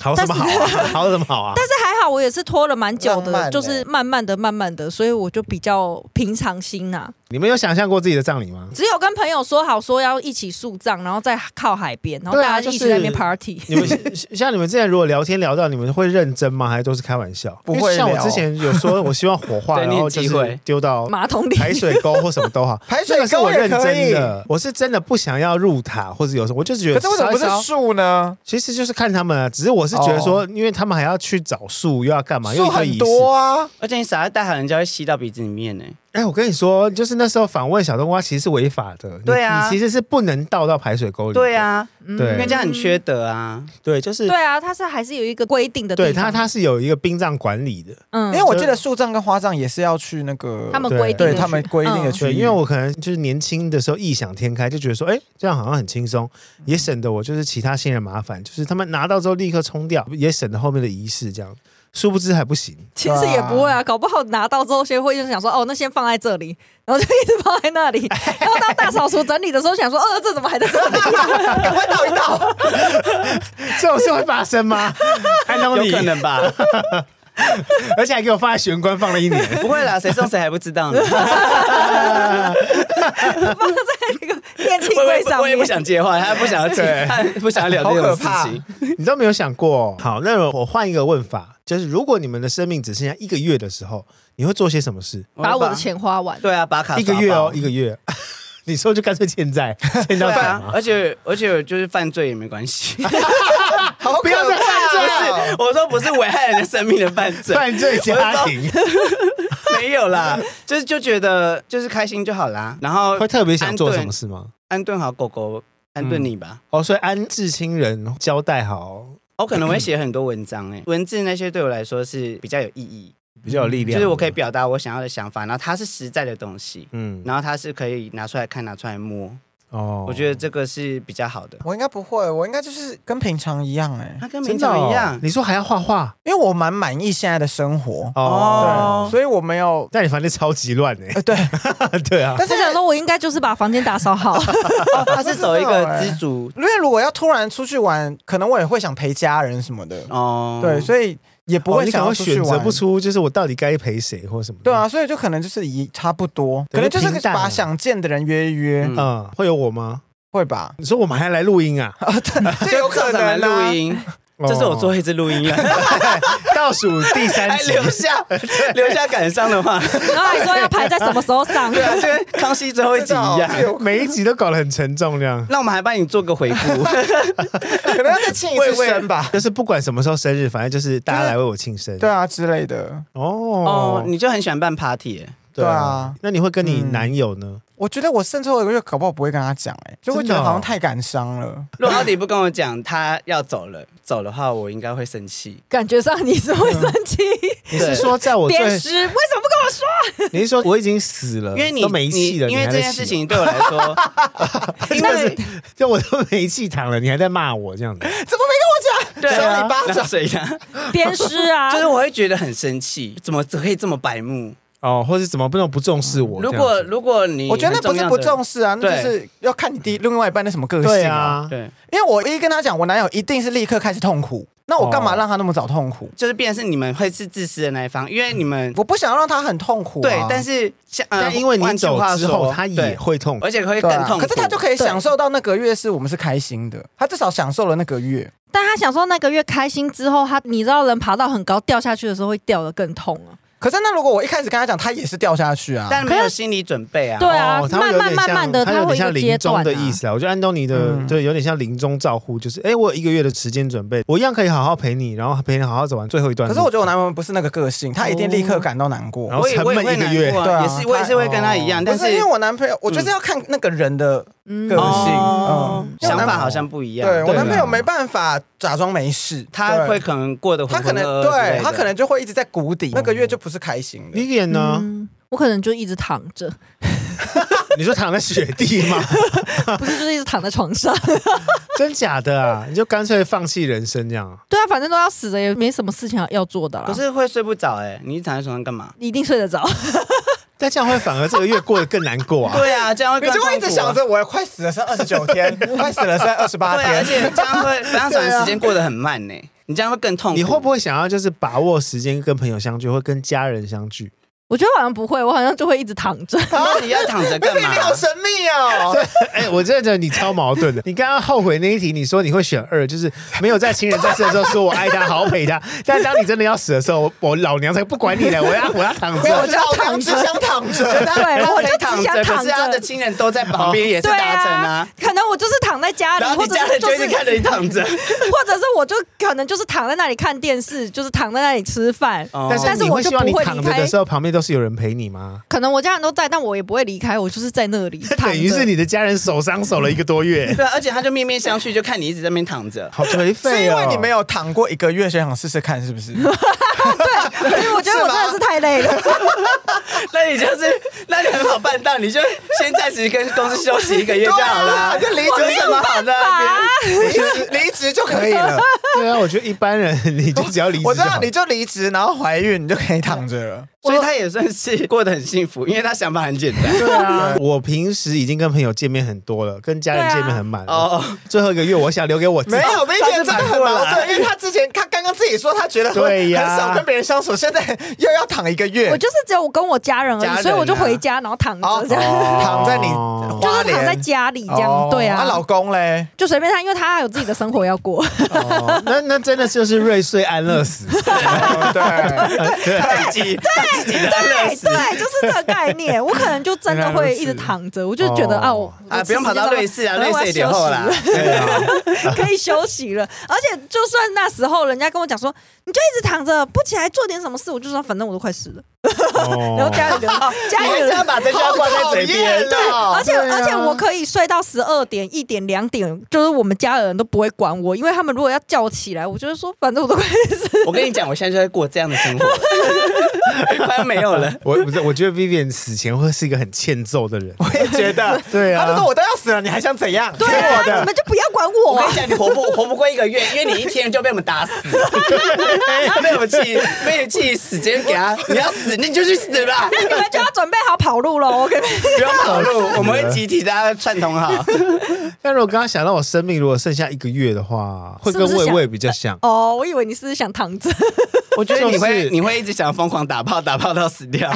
S1: 好什么好啊？好什么好啊？
S3: 但是还好我也是拖了蛮久
S4: 浪
S3: 的，
S4: 漫欸
S3: 就是慢慢的、慢慢的，所以我就比较平常心啊呐、
S1: 你们有想象过自己的葬礼吗？
S3: 只有跟朋友说好说要一起树葬，然后再靠海边，然后
S1: 对啊
S3: 大家一起在那边
S1: 就是
S3: party。
S1: 你们像你们之前如果聊天聊到，你们会认真吗？还是都是开玩笑？
S4: 不会
S1: 因为像我
S4: 聊
S1: 之前有说，我希望火 化，
S2: 对
S1: 然
S2: 你
S1: 后
S2: 很
S1: 就
S2: 忌
S1: 是
S2: 讳
S1: 丢到
S3: 马桶里
S1: 哦 排水沟或什么都好。
S4: 排
S1: 这
S4: 水
S1: 个是
S4: 沟
S1: 我
S4: 也
S1: 认
S4: 可
S1: 真。
S4: 以
S1: 的，我是真的不想要入塔或者有什么，我就是觉得
S4: 可是为什么不
S1: 烧一
S4: 是
S1: 烧
S4: 树呢？
S1: 其实就是看他们啊，只是我是觉得说，因为他们还要去找树，又要干嘛，又
S4: 哦树
S1: 一堆仪
S4: 很
S1: 式。
S4: 多啊，
S2: 而且你撒在大海，人家会吸到鼻子里面呢。
S1: 哎，我跟你说，就是那时候访问小冬瓜其实是违法的，你
S2: 对啊
S1: 你其实是不能倒到排水沟里。
S2: 对，啊，
S3: 嗯
S1: 对
S2: 因为这样很缺德啊。
S1: 对，就是
S3: 对啊，它是还是有一个规定的地
S1: 对
S3: 方。
S1: 它它是有一个殡葬管理的，
S3: 嗯
S4: 因为我记得树葬跟花葬也是要去那个
S3: 他们
S1: 对
S3: 规定的
S4: 对
S3: 区
S4: 他们规定的
S3: 嗯
S4: 区
S1: 对，
S4: 域，
S1: 因为我可能就是年轻的时候异想天开，就觉得说，哎，这样好像很轻松，也省得我就是其他新人麻烦，就是他们拿到之后立刻冲掉，也省得后面的仪式这样。殊不知还不行，
S3: 其实也不会啊，搞不好拿到之后，先会就想说，哦，那先放在这里，然后就一直放在那里，然后到大扫除整理的时候，想说，哦，这怎么还在这里？
S4: 赶快倒一倒，
S1: 这种事会发生吗？ 安东
S2: 有
S1: 尼，
S2: 可能吧？
S1: 而且还给我放在玄关放了一 年。
S2: 不会啦，谁送谁还不知 道呢。
S3: 放在那个电器
S2: 我也
S3: 柜
S2: 不
S3: 上
S2: 我也
S3: 面
S2: 不。想接话， 他不想要
S4: 对
S2: 接，他不想要聊这种事
S4: 好可
S2: 情。
S1: 你都没有想过。哦好，那我换一个问法，就是如果你们的生命只剩下一个月的时候，你会做些什么事？
S3: 把我的钱花完，
S2: 对啊，把卡
S1: 一个
S2: 刷
S1: 月
S2: 爆
S1: 哦，一个月。 你说就干脆欠债，欠到
S2: 对
S1: 底
S2: 啊，
S1: 吗？
S2: 而且而且就是犯罪也没关 系，
S4: 好啊
S1: 不要再
S4: 犯罪，
S2: 我说不是危害人的生命的犯罪，
S1: 犯罪家庭
S2: 没有啦，就是就觉得就是开心就好啦。然后
S1: 会特别想做什么
S2: 安顿
S1: 事吗？
S2: 安顿好狗狗，安顿你吧。
S1: 哦，所以安置亲人交代好，
S2: 我可能会写很多文章诶、文字那些对我来说是比较有意义，
S1: 比较有力量。
S2: 嗯就是我可以，表达我想要的想法，然后它是实在的东西，
S1: 嗯，
S2: 然后它是可以拿出来看、拿出来摸，
S1: 哦
S2: 我觉得这个是比较好的。
S4: 我应该不会，我应该就是跟平常一样哎，
S2: 它跟
S1: 真
S2: 平
S1: 的
S2: 常
S1: 哦
S2: 一样，
S1: 你说还要画画
S4: 因为我蛮满意现在的生活，
S1: 哦，
S4: 对，所以我没有，
S1: 但你房间超级乱
S4: 呃，对，
S1: 哎，对啊，
S4: 但是
S3: 我想说，我应该就是把房间打扫好，
S2: 哦它是走一个知足
S4: 因为如果要突然出去玩，可能我也会想陪家人什么的，
S2: 哦，
S4: 对，所以也不
S1: 哦
S4: 会
S1: 你可
S4: 想
S1: 能
S4: 要出去
S1: 选择
S4: 玩
S1: 不。出，就是我到底该陪谁或什么？
S4: 对，啊，所以就可能就是一差不多，
S1: 对
S4: 可能就是
S1: 平淡啊
S4: 把想见的人约一约，
S2: 嗯
S1: 嗯，会有我吗？
S4: 会吧？
S1: 你说我们还来录音啊？
S4: 啊，对，这有
S2: 上
S4: 可
S2: 来
S4: 能啊
S2: 录音，
S1: 哦
S2: 这是我最后一次录音啊了，
S1: 倒数第三
S2: 还
S1: 集，
S2: 留下留下感伤的话，
S3: 然后还说要排在什么时候上
S2: 对，啊，就跟康熙最后一集一
S4: 哦
S2: 样。
S1: 每一集都搞得很沉重，这样。
S2: 那我们还帮你做个 回顾，
S4: 可能要再庆一
S1: 喂
S4: 次
S1: 喂
S4: 生吧。
S1: 就是不管什么时候生日，反正就是大家来为我庆生。
S4: 对啊之类的。
S1: 哦
S2: 哦，，你就很喜欢办 party，耶
S4: 对啊，
S1: 那你会跟你男友呢？
S4: 我觉得我甚至有一个月搞不好不会跟他讲，哎，就会
S1: 真
S4: 觉
S1: 的
S4: 得
S1: 哦
S4: 好像太感伤了。
S2: 如果奥迪不跟我讲他要走了，走的话我应该会生气。
S3: 感觉上你是会生气，
S1: 你是
S2: 对
S1: 说在我最，
S3: 鞭尸为什么不跟我 说？
S1: 你是说我已经死了，
S2: 因为你
S1: 呃都没气了，
S2: 你因为
S1: 你还
S2: 这
S1: 在
S2: 件
S1: 气哦
S2: 事，情对我来说， 因为
S1: 就我都没气躺了，你还在骂我这样子，
S4: 怎么没
S2: 对
S4: 跟我讲？
S2: 啊
S4: 扇你巴
S2: 那
S4: 掌。
S2: 谁呀？
S3: 鞭尸啊！
S2: 就是我会觉得很生气，怎么可以这么白目？
S1: 哦，或是怎么不能不重视我？
S2: 如果
S1: 这样子
S2: 如果你
S4: 我觉得那不是不重
S2: 视，
S4: 视啊，那就是要看你第另外一半的什么个性、
S1: 对，啊，
S2: 对，
S4: 因为我一跟他讲，我男友一定是立刻开始痛苦，那我干嘛让他那么早痛苦？
S2: 就是变成是你们会是自私的那一方，因为你们
S4: 我不想让他很痛苦、啊。
S2: 对，但是像呃
S1: 嗯但因为你
S2: 换句
S1: 走
S2: 话
S1: 之后，
S2: 说
S1: 他也
S2: 对
S1: 会痛苦。
S2: 而且会更
S4: 对啊
S2: 痛苦，
S4: 可是他就可以
S3: 对
S4: 享受到那个月是我们是开心的，他至少享受了那个月。
S3: 但他想说那个月开心之后，他你知道人爬到很高掉下去的时候会掉的更痛啊。
S4: 可是那如果我一开始跟他讲，他也是掉下去啊。
S2: 但没有心理准备啊。
S3: 对啊
S1: 哦，他会有点
S3: 慢慢
S1: 像
S3: 慢慢地
S1: 他有
S3: 他会有一
S1: 点像
S3: 个
S1: 临
S3: 阶段
S1: 终
S3: 啊
S1: 的意思啊。我觉得安东尼的
S4: 嗯
S1: 对有点像临终照护，就是哎，我有一个月的时间准备，我一样可以好好陪你，然后陪你好好走完最后一段
S4: 可
S1: 路。
S4: 是我觉得我男朋友不是那个个性，他一定立刻感到难过。
S1: 哦然后
S2: 我也
S1: 沉
S2: 我也
S1: 闷
S2: 会
S1: 一个
S2: 难
S1: 月
S2: 过
S4: 对啊
S2: 啊，也是我也是会跟他一样，
S4: 不
S2: 但
S4: 是因为我男
S1: 嗯
S4: 朋友，我就是要看那个人的
S3: 嗯
S4: 个性，
S2: 哦
S4: 嗯，
S2: 想法好像不一样。啊
S4: 对我
S1: 对啊
S4: 男朋友
S1: 啦
S4: 没办法假装没事，
S2: 他
S4: 对
S2: 会可能过得浑
S4: 他可
S2: 浑噩
S4: 能
S2: 噩之类
S4: 对
S2: 的
S4: 他可能就会一直在谷底，那个月就不是开心的。
S1: 你脸呢？
S3: 嗯我可能就一直躺着，
S1: 你说躺在雪地吗？
S3: 不是就是一直躺在床上。
S1: 真假的啊？你就干脆放弃人生这样啊？
S3: 对啊，反正都要死了，也没什么事情要要做的啦。
S2: 可是会睡不着哎，你躺在床上干嘛？
S3: 一定睡得着，
S1: 但这样会反而这个月过得更难过啊！
S2: 对啊，这样会
S4: 你
S2: 更
S4: 就会一直
S2: 痛苦啊
S4: 想。着我快死了，剩二十九天，快死了，剩二十八
S2: 对啊，而
S4: 天。
S2: 且这样 会，这样反而时间过得很慢呢。你这样会更痛苦。
S1: 你
S4: 啊
S1: 会不会想要就是把握时间跟朋友相聚，或跟家人相聚？
S3: 我觉得我好像不会，我好像就会一直躺着。
S2: 那你要躺着干
S4: 你好
S2: 嘛？
S4: 神秘哦！
S1: 哎，我真的觉得你超矛盾的。 你刚刚后悔那一题，你说你会选二，就是没有在情人在世的时候说我爱他，好好陪他。但当你真的要死的时候，我我老娘才不管你了，我要我要躺
S4: 没有，
S1: 着
S4: 我。就老娘只想躺 着。
S3: 对，我
S2: 他
S3: 就
S2: 可
S3: 只
S2: 以躺
S3: 想
S2: 着，可
S3: 躺
S2: 是他的
S3: 着。
S2: 亲人都在旁
S4: 哦
S2: 边，也是
S3: 对
S2: 达成啊。，
S3: 可能我就是躺在家里，
S2: 然后
S3: 或
S2: 你
S3: 者
S2: 家
S3: 是
S2: 人
S3: 就
S2: 就是一直看着你躺 着，
S3: 或者是我就可能就是躺在那里看电视，就是躺在那里吃饭。
S2: 但
S1: 但
S3: 但
S1: 是
S3: 是
S1: 你
S3: 我
S1: 会
S3: 就
S1: 希望你
S3: 不会
S1: 躺
S3: 离
S1: 着
S3: 开
S1: 的时候，旁边都是有人陪你吗？
S3: 可能我家人都在，但我也不会离开，我就是在那里躺 着。
S1: 等于是你的家人手伤手了一个多月，
S2: 对啊，而且他就面面相觑，就看你一直在那边躺着。
S1: 好颓
S4: 是
S1: 废
S4: 因
S1: 哦！
S4: 为你没有躺过一个月，想想试试看是不是？
S3: 对，因为我觉 得我真的是太累了。
S2: 那你就是，那你很好办到，你就先暂时跟公司休息一个月就好了，
S4: 对啊就离职
S2: 有什么好的？
S3: 啊
S2: 别
S4: 离职离职就可以了。
S1: 对啊，我觉得一般人你就只要离职就好，
S4: 我知 道，你就离职，然后怀孕，你就可以躺着 了。
S2: 所以他也算是过得很幸福，因为他想法很简单。
S1: 对啊，我平时已经跟朋友见面很多了，跟家人见面很满了。
S2: 哦，
S1: 最后一个月，我想留给我自己
S4: 没。有，那一天真的很
S2: 他是
S4: 矛
S2: 反过
S4: 盾，因为他之前他刚刚自己说他觉得会
S1: 对呀
S4: 很少跟别人相处，现在又要躺一个月
S3: 我，就是只有我跟我家人而已，
S2: 家人啊
S3: 所以我就回家，然后躺
S4: 哦
S3: 着这样，
S4: 躺在你
S1: 哦
S3: 就
S4: 花
S3: 是
S4: 莲
S3: 躺在家里这样。
S4: 哦
S3: 对啊，
S4: 她老公 嘞，
S3: 就随便他，因为他有自己的生活要过。
S1: 哦那那真的就是瑞穗安乐 死。
S4: 哦对，
S2: 他自己，他自己的安乐
S3: 对
S2: 死
S3: 对，就是这个概念。我可能就真的会一直躺着，我就觉得
S1: 哦
S3: 啊，我
S2: 啊，不用跑到瑞士啊，瑞士有点厚
S3: 后
S2: 啦。
S1: 对啊，
S3: 可以休息了。而且就算那时候人家跟我讲说，你就一直躺着不起来做点什么事，我就说反正我都快死了。 然
S1: 哦
S3: 后家里人，
S2: 你
S3: 家
S2: 还
S3: 里
S2: 是
S3: 人
S2: 要啊把这句话挂在嘴边。
S4: 对，
S3: 而且、而且我可以睡到十二点、一点、两点，就是我们家人都不会管我，因为他们如果要叫我起来，我就是说反正我都快死了。
S2: 我跟你讲，我现在就在过这样的生活， 快要没有了。
S1: 我不是，我觉得 Vivian 死前会是一个很欠揍的 人。
S4: 我也觉 得，
S1: 对
S4: 他就
S1: 啊
S4: 说，我都要死了，你还想怎样？
S3: 对
S4: 听
S3: 啊，
S4: 我
S3: 你
S4: 的
S3: 们就不要管
S2: 我
S3: 我
S2: 跟。你讲，你活不活不过一个月，因为你一天就被我们打死，被我们气，被我们气死，直接给他，你要死你就去死吧，
S3: 那你们就要准备好跑路喽！我跟你们
S2: 不要跑路，我们会集体大家串通好。
S1: 啊但如果刚刚想到我生命如果剩下一个月的话，会跟
S3: 是不是
S1: 魏
S3: 想
S1: 魏比较像。
S3: 哦，我以为你是想躺着，
S2: 我觉得你
S1: 就
S2: 会
S1: 是
S2: 你会一直想疯狂打炮，打炮到死掉。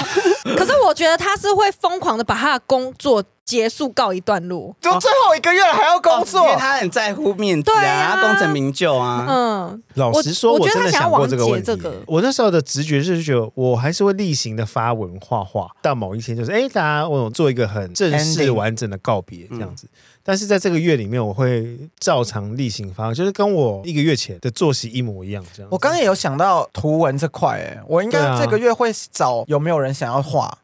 S3: 可是我觉得他是会疯狂的把他的工作结束告一段落。
S4: 就最后一个月了还要工作，
S2: 因为他很在乎面子
S3: 对
S2: 啊，
S3: 啊
S2: 他功成名就啊。
S3: 嗯，
S1: 老实说，
S3: 我
S1: 我
S3: 觉得
S1: 真
S3: 他
S1: 的
S3: 想要
S1: 过
S3: 王
S1: 这个问
S3: 杰
S1: 题。
S3: 这个，
S1: 我那时候的直觉是觉得，我还是会例行的发文画画，到某一天就是，哎，大家我做一个很正式
S4: Ending 嗯
S1: 完整的告别这样子。但是在这个月里面，我会照常例行发，就是跟我一个月前的作息一模一样这样子。
S4: 我刚刚也有想到图文这块，哎，我应该
S1: 对啊
S4: 这个月会找有没有人想要画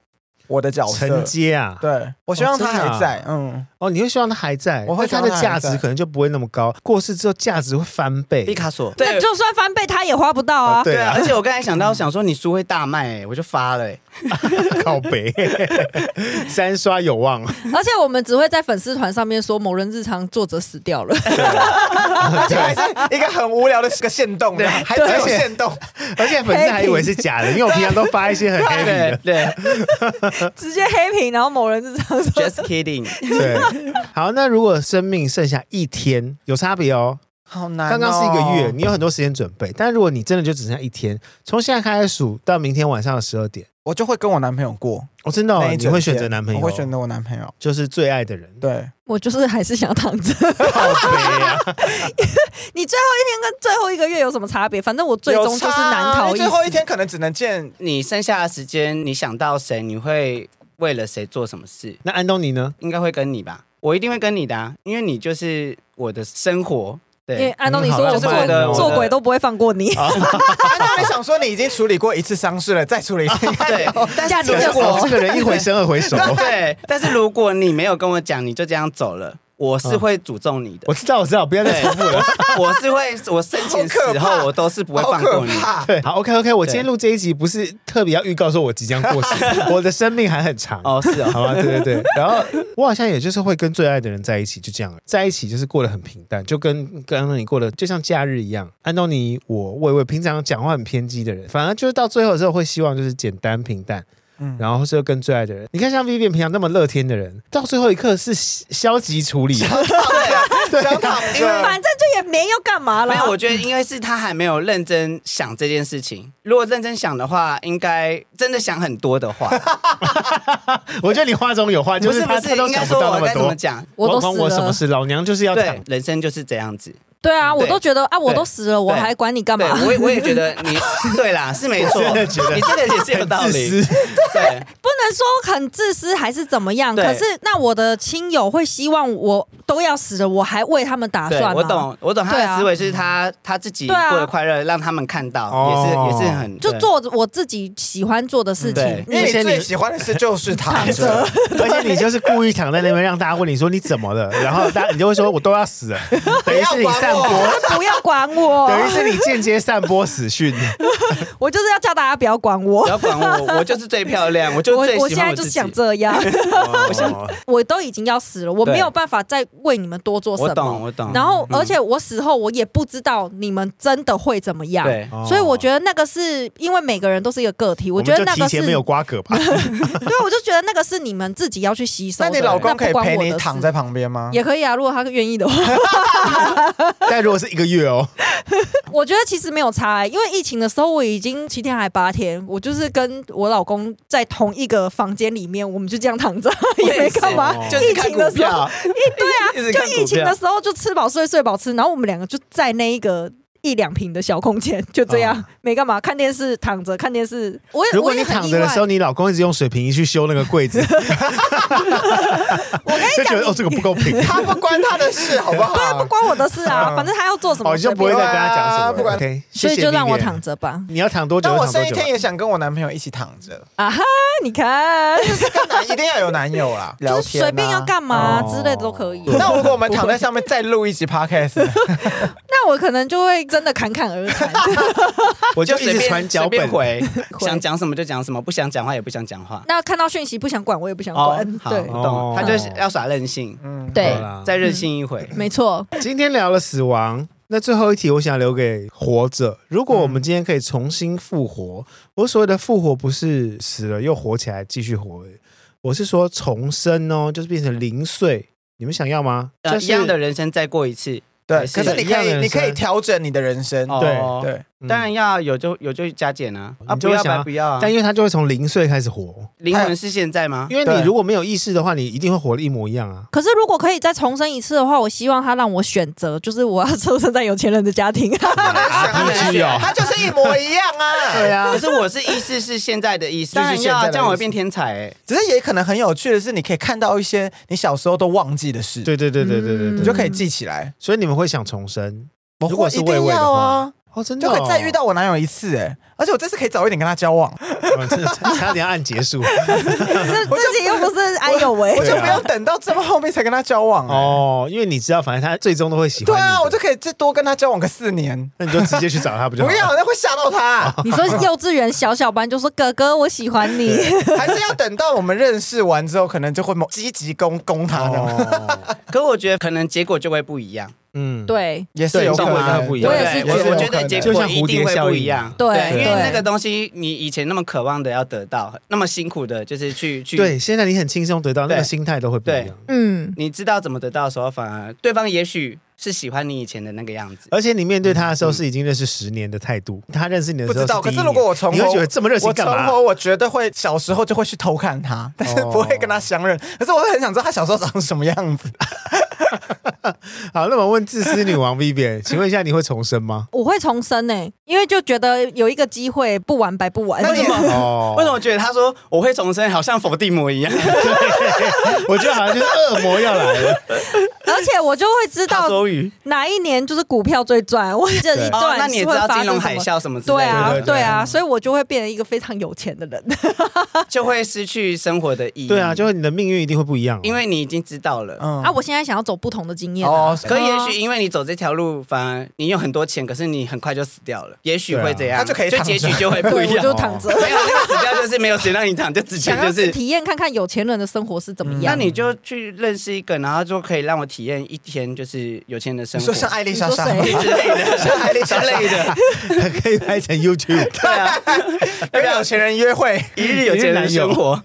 S4: 我的角色
S1: 承。接啊，
S4: 对，我希望他
S1: 哦真的啊
S4: 还在，嗯，
S1: 哦，你会希望它还在，
S4: 我会
S1: 但它的
S4: 希望它
S1: 价
S4: 还
S1: 值
S4: 在
S1: 可能就不会那么高，过世之后价值会翻倍。
S2: 毕卡索，
S3: 那就算翻倍他也花不到啊。
S1: 对啊
S2: 而，且我刚才想到，想说你书会大卖、欸，我就发了、欸。
S1: 靠 北，三刷有望。
S3: 而且我们只会在粉丝团上面说某人日常作者死掉了，
S4: 而且还是一个很无聊的一个线动，
S2: 对
S4: 还只有线动，
S1: 而且粉丝还以为是假的，因为我平常都发一些很 happy 的
S2: 对。对
S3: 直接黑屏，然后某人日常说
S2: ，just kidding。
S1: 对，好，那如果生命剩下一天，有差别哦。
S4: 好难哦。
S1: 刚刚是一个月，你有很多时间准备，但如果你真的就只剩下一天，从现在开始数到明天晚上的十二点，
S4: 我就会跟我男朋友过。
S1: 我、真的、哦
S4: 那、一
S1: 你
S4: 整
S1: 会选
S4: 天
S1: 择男朋友，
S4: 我会选择我男朋友。
S1: 就是最爱的人。
S4: 对，
S3: 我就是还是想躺着。
S1: 靠北啊，
S3: 你最后一天跟最后一个月有什么差别？反正我最终就是难逃
S4: 有差啊因
S3: 一
S4: 为
S3: 死
S4: 最后一天可能只能见
S2: 你剩下的时间，你想到谁，你会为了谁做什么事？
S1: 那安东尼呢？
S2: 应该会跟你吧？我一定会跟你的、啊，因为你就是我的生活。
S3: 因为
S2: 对，
S3: 安东尼说
S1: 嗯好
S3: 我
S1: 浪
S3: 做
S2: 漫哦
S3: 做鬼都不会放过你，
S4: 啊，那你想说你已经处理过一次丧事了，再处理一次？
S2: 对，
S3: 嫁
S2: 但是
S3: 进
S2: 如
S3: 厕
S1: 哦，
S3: 所
S2: 果
S1: 这个人一回生二回熟。哦
S2: 对，但是如果你没有跟我讲，你就这样走了，我是会诅咒你的
S1: 我。知道，我知道，不要再
S2: 对
S1: 重复了。，
S2: 我是会，我生前死
S4: 好可怕
S2: 后我都是不会
S4: 好
S2: 放
S4: 可
S2: 过你。
S4: 怕！
S1: 对，好，OK，OK，、我今天录这一集不是特别要预告说我即将过 世，我的生命还很长。
S2: 哦，是哦，
S1: 好吧，对对对，然后我好像也就是会跟最爱的人在一起，就这样，在一起就是过得很平淡，就跟跟安东尼过得就像假日一样。安东尼，我我我平常讲话很偏激的人，反而就是到最后的时候会希望就是简单平淡。嗯
S4: 嗯，
S1: 然后是跟最爱的人，你看像 Vivian 平常那么乐天的人，到最后一刻是消消极处理，
S4: 对，想躺 着
S3: 反。正就也没要干嘛
S2: 啊没有，
S3: 了。
S2: 我觉得应该是他还没有认真想这件事情。如果认真想的话，应该真的想很多的话，
S1: 我觉得你话中有话，就
S2: 不是
S1: 他他
S2: 不是，
S1: 都
S2: 应该
S1: 想
S2: 说
S1: 不到
S2: 我
S1: 那么
S2: 该怎么
S1: 多。
S2: 讲？
S3: 我都
S1: 关
S3: 死
S1: 我什么
S3: 了，
S1: 事？老娘就是要躺
S2: 对，人生就是这样子。
S3: 对啊，我
S2: 对
S3: 都觉得啊，我都死了，我
S2: 对
S3: 还管你干
S2: 对
S3: 嘛？，
S2: 我也我也觉得你对啦，是没错，
S1: 真的觉得
S2: 你这个也是有道
S1: 自
S2: 理。
S1: 私，
S2: 对，
S3: 不能说很自私还是怎么样，
S2: 对
S3: 可是那我的亲友会希望我都要死了，我还为他们打
S2: 对
S3: 啊算吗？
S2: 我懂，我懂他
S3: 对
S2: 的
S3: 啊
S2: 思维是他他自己
S3: 对啊
S2: 过得快乐，让他们看到，
S1: 哦
S2: 也是也是很
S3: 就
S2: 对嗯
S3: 做我自己喜欢做的事
S2: 对
S3: 情。
S4: 因为你最喜欢的事就是躺着，
S1: 而且你就是故意躺在那边让大家问你说你怎 么了，然后大家你就会说我都要死了，等于是你散播
S3: 不要管我，
S1: 等于是你间接散播死讯，
S3: 我就是要叫大家不要管
S2: 不
S3: 我。
S2: 要管我，我就是最漂亮，我就
S3: 我
S2: 最
S3: 我
S2: 喜
S3: 现
S2: 欢
S3: 在
S2: 我
S3: 就
S2: 自
S3: 是
S2: 己
S3: 想。这 样，
S1: 哦
S3: 我都已经要死了，我没有办法再为你们多做
S2: 我
S3: 什
S2: 懂，
S3: 么。
S2: 我懂。
S3: 然后，
S2: 嗯
S3: 而且我死后我也不知道你们真的会怎么样，
S2: 对，
S1: 哦
S3: 所以我觉得那个是因为每个人都是一个个体，我觉得
S1: 们就
S3: 那
S1: 提
S3: 个是
S1: 前没有瓜葛吧，
S3: 对，我就觉得那个是你们自己要去吸收
S4: 那
S3: 的。
S4: 你老公可以
S3: 不关
S4: 陪
S3: 我
S4: 你
S3: 的
S4: 躺
S3: 事
S4: 在旁边吗？
S3: 也可以啊，如果他愿意的话。
S1: 但如果是一个月哦，
S3: 我觉得其实没有差、欸，因为疫情的时候我已经七天还八天，我就是跟我老公在同一个房间里面，我们就这样躺着 也没干嘛。
S2: 我也是哦就是
S3: 疫
S2: 看
S3: 情
S2: 股
S3: 的时
S2: 票
S3: 候，，
S2: 对啊，
S3: 就疫情的时候就吃饱睡，睡饱吃，然后我们两个就在那一个。一两平的小空间就这样，没干嘛，看电视，躺着看电视。我也
S1: 如果
S3: 我也
S1: 你
S3: 很
S1: 躺
S3: 意
S1: 着的时候，
S3: 外，
S1: 你老公一直用水平仪去修那个柜子，
S3: 我跟
S1: 就
S3: 你
S1: 觉
S3: 讲，
S1: 得哦这个不 够平，
S4: 他不关他的事，好不
S3: 对，不
S4: 好？
S3: 关我的事啊，反正他要做什么，
S1: 哦你就
S3: 随
S1: 不会
S3: 便
S1: 再跟他讲什么
S4: 不
S1: 了
S4: 管
S1: ，OK，
S3: 所以
S1: 谢谢哎
S3: 就让我
S1: Vivian
S3: 躺着吧。
S1: 你要躺多久
S4: 但
S1: 就
S4: 我
S1: 躺多
S4: 生一
S1: 久啊
S4: 天。也想跟我男朋友一起躺着，
S3: 啊哈，你看，
S4: 就是跟男 一定要有男友啦，
S3: 就
S4: 聊
S3: 是
S4: 天啊
S3: 随便要干嘛
S1: 哦
S3: 之类的都可以。
S4: 那如果我们躺在上面再录一集 podcast，
S3: 那我可能就会真的侃侃而谈。
S1: 我
S2: 我
S1: 就
S2: 就
S1: 一直
S2: 随便
S1: 传脚
S2: 随
S1: 本
S2: 便， 回，想讲什么就讲什么，不想讲话也不想讲话。
S3: 那看到讯息不想管，我也不想管。
S2: 好，
S3: 对
S2: 我懂
S1: 哦
S2: 他就是要耍任性，
S4: 嗯，
S3: 对
S1: 好，啦
S2: 再任性一回。
S3: 没错。
S1: 今天聊了死亡，那最后一题我想留给活着。如果我们今天可以重新复活，我所谓的复活不是死了又活起来继续活，我是说重生哦，就是变成零碎。你们想要吗？
S2: 呃，
S1: 就
S2: 一
S1: 是
S2: 样的人生再过一次，
S4: 对
S2: 还，是
S4: 可是你
S1: 一
S4: 可
S1: 样的
S4: 以
S1: 人
S4: 你可以
S1: 生
S4: 调整你的人生，
S2: 哦
S4: 嗯对，
S2: 当然要有就有就加减啊，啊
S1: 嗯你就
S2: 不
S1: 会
S2: 要
S1: 想
S2: 白
S1: 要
S2: 不要啊
S1: 但。因为他就会从零岁开始活，
S2: 灵魂是现在吗？
S1: 因为
S4: 对
S1: 你如果没有意识的话，你一定会活得一模一样啊。
S3: 可是如果可以再重生一次的话，我希望他让我选择，就是我要出生在有钱人的家庭。
S2: 啊
S5: RPG 哦
S4: 他就是一模一样 啊。
S1: 对啊
S2: 可，是我是意思是现在的意思，
S4: 就是
S2: 当然
S4: 现在
S2: 要
S4: 的
S2: 这样我
S4: 意
S2: 会
S4: 思
S2: 变天才哎。
S4: 只是也可能很有趣的是，你可以看到一些你小时候都忘记的事，
S1: 对对对对对对
S3: 嗯
S4: 你
S1: 对
S4: 就可以记起来。
S1: 所以你们会想重生如果是
S4: 我嗯一定
S1: 魏魏的
S4: 要啊，
S1: 哦，真的
S4: 就
S1: 哦
S4: 可以再遇，到我男友一次哎，而且我这次可以早一点跟他交往，
S1: 哇真的差点要按结束
S3: 这自己又不是哎呦喂
S4: 我，就
S1: 对啊
S4: 不用等到这么后面才跟他交往哦。
S1: 哦，因为你知道，反正他最终都会喜欢
S4: 对
S1: 你的。
S4: 啊，我就可以再多跟他交往个四年。
S1: 那你就直接去找他不就
S4: 不
S1: 好了？
S4: 要，那会吓到他，
S3: 你说幼稚园小小班就说哥哥我喜欢你，
S4: 还是要等到我们认识完之后，可能就会某积极攻攻他的，
S1: 哦，
S2: 可我觉得可能结果就会不一样，
S1: 嗯，
S3: 对
S4: 也是有可
S1: 对动漫
S4: 能
S1: 会不一
S2: 对
S1: 样
S2: 不
S3: 我也是觉
S2: 对？
S3: 得
S2: 我我觉得结
S4: 结
S1: 就
S2: 果
S1: 像
S2: 一
S1: 蝴
S2: 定
S1: 蝶
S2: 会
S1: 效
S2: 不
S1: 应
S2: 一样，
S3: 对
S2: 因为
S3: 对
S2: 那个东西你以前那么渴望的要得到，那么辛苦的，就是去去
S1: 对，现在你很轻松得到，那个
S2: 对
S1: 心态都会不一
S2: 对
S1: 样。
S3: 嗯，
S2: 你知道怎么得到的时候，反而对方也许是喜欢你以前的那个样子。
S1: 而且你面对他的时候是已经认识十年的态度，他认识你的
S4: 嗯不
S1: 时候
S4: 知道。
S1: 第
S4: 可
S1: 一
S4: 是
S1: 年
S4: 如果我从
S1: 你会
S4: 头
S1: 觉得这么热情
S4: 我
S1: 干
S4: 从
S1: 嘛？哦
S4: 头我觉得会小时候就会去偷看他，但是不会跟他相认。可是我很想知道他小时候长什么样子。
S1: 好，那我问自私女王 Vivian，请问一下，你会重生吗？
S3: 我会重生呢、因为就觉得有一个机会不玩白不玩。
S2: 为什么？
S1: 哦
S2: 为什么我觉得他说我会重生，好像伏地魔一样？
S1: 我觉得好像就是恶魔要来 了。
S3: 而且我就会知
S2: 大
S3: 道
S2: 手语
S3: 哪一年就是股票最赚，我这一
S2: 哦，那
S3: 段
S2: 你也
S3: 是
S2: 知
S3: 会
S2: 道
S3: 发
S2: 金融
S3: 生什
S2: 海
S3: 么。
S2: 啸什么之
S3: 对
S2: 类的，
S3: 啊
S1: 对，对
S3: 对啊，所以我就会变成一个非常有钱的人。
S2: 就会失去生活的意义。
S1: 对啊，就会你的命运一定会不一样哦、
S2: 因为你已经知道了。
S4: 嗯
S3: 啊，我现在想要走不同的经验啊、
S4: 哦，
S2: 可也许因为你走这条路，反而你有很多钱，可是你很快就死掉了。也许会这样，
S4: 对啊他就可以
S2: 就
S4: 躺
S2: 结
S4: 着
S2: 局就会不
S3: 对，
S2: 一
S3: 我
S2: 样。
S3: 就
S1: 哦
S3: 躺 着，
S2: 没有那个死掉就是没有谁让你躺，就直接
S3: 想
S2: 就
S3: 要
S2: 是。嗯
S3: 体验看看有钱人的生活是怎么
S2: 那
S3: 样。
S2: 你就去认识一个，然后就可以让我体验一天就是有钱人的生
S4: 你
S2: 活
S4: 说像艾丽莎莎吗
S3: 你说
S2: 之类的， 像艾丽莎之类的。
S1: 还 可以拍成 YouTube，
S2: 对啊，
S4: 跟有钱人约会，
S2: 一日有钱人的生活，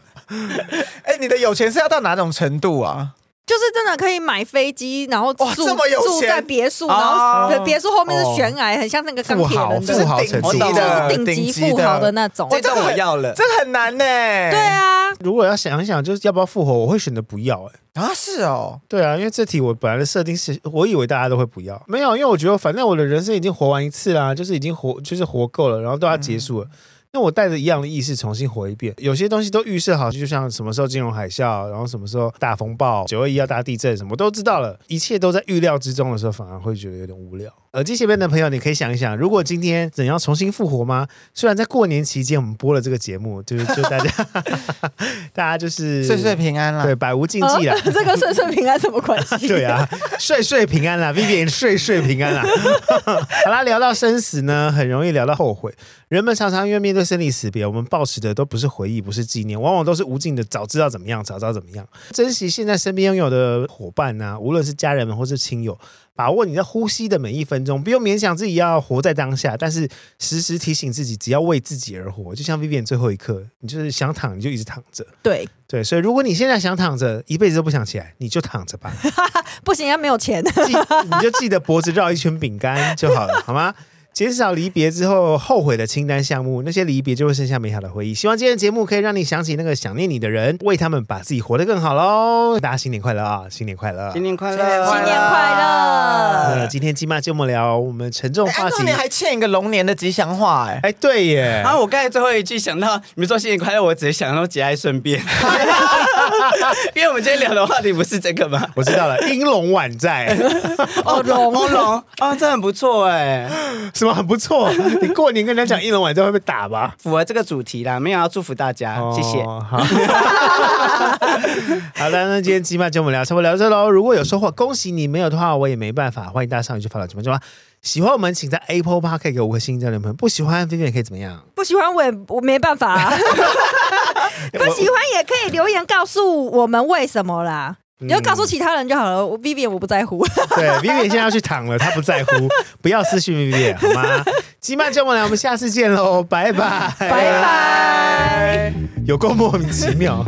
S4: 哎，你的有钱是要到哪种程度啊？
S3: 就是真的可以买飞机，然后
S4: 哇
S3: 住
S4: 这么有钱
S3: 住在别墅，
S2: 哦
S3: 然后别别墅后面是悬崖，很像那个钢铁人
S4: 这
S1: 富
S4: 是
S3: 的，
S1: 豪
S4: 顶级
S2: 程度
S4: 的，
S3: 顶级富豪的那种。
S2: 哦这栋我要了。
S4: 这个很难呢。对
S3: 对，啊，
S1: 如果要想一想，就是要不要复活，我会选择不要、哎，
S4: 啊是哦，
S1: 对啊，因为这题我本来的设定是，我以为大家都会不要，没有，因为我觉得反正我的人生已经活完一次啦，就是已经活，就是活够了，然后都要结束了。那我带着一样的意识重新活一遍，有些东西都预设好，就像什么时候金融海啸，然后什么时候大风暴、九二一要大地震，什么都知道了，一切都在预料之中的时候，反而会觉得有点无聊。耳机前面的朋友，你可以想一想，如果今天怎样重新复活吗？虽然在过年期间我们播了这个节目，就是就大家 大家就是
S4: 岁岁平安啦哎
S1: 对，。百无禁忌 啦。
S3: 呃这个顺顺平安什么关系？
S1: 对啊，岁岁平安啦，Vivian 岁岁平安啦。 好啦，聊到生死呢，很容易聊到后悔。人们常常因为面对生离死别，我们抱持的都不是回忆，不是纪念，往往都是无尽的早知道怎么样，早知道怎么样。珍惜现在身边拥有的伙伴呐、无论是家人们或是亲友，把握你在呼吸的每一分钟，不用勉强自己要活在当下，但是时时提醒自己，只要为自己而活。就像 Vivian 最后一刻，你就是想躺你就一直躺着。
S3: 对，
S1: 对，所以如果你现在想躺着，一辈子都不想起来，你就躺着吧。
S3: 不行，要没有钱。
S1: 记 你就记得脖子绕一圈饼干就好了，好吗？减少离别之后后悔的清单项目，那些离别就会剩下美好的回忆。希望今天的节目可以让你想起那个想念你的人，为他们把自己活得更好喽！大家新年快乐啊！新年快乐！
S2: 新年快乐！
S3: 新年快乐
S1: 那今天金妈节目聊我们沉重
S4: 哎
S1: 话
S4: 安
S1: 题
S4: 东尼，还欠一个龙年的吉祥话哎。
S1: 哎，对耶
S2: 然，后我刚才最后一句想到，你们说新年快乐，我只是想到节哀顺变， 因为我们今天聊的话题不是这个吗？
S1: 我知道 了，英龙晚在，
S2: 哦，龙哦龙啊，这很不错哎，
S1: 什么很不错。你过年跟人家讲英龙晚在会被打吧？
S2: 符合这个主题啦，没有要祝福大家，谢谢。
S1: 哦好， 好的，那今天鸡妈就我们聊差不多聊这喽。如果有收获，恭喜你；没有的话，我也没办法。欢迎大家上去发表节目，就吧。喜欢我们，请在 Apple Park 给我五颗星交流们。不喜欢 v i v 可以怎么样？
S3: 不喜欢我也我没办法、 啊，不喜欢也可以留言告诉我们为什么啦。
S1: 嗯
S3: 你就告诉其他人就好了，我 Vivian 我不在乎。
S1: 对 v i v 现在要去躺了，他不在乎，不要私讯 v i v 好吗？鸡妈就我们聊，我们下次见喽，拜拜，
S3: 拜拜。
S1: 有够莫名其妙。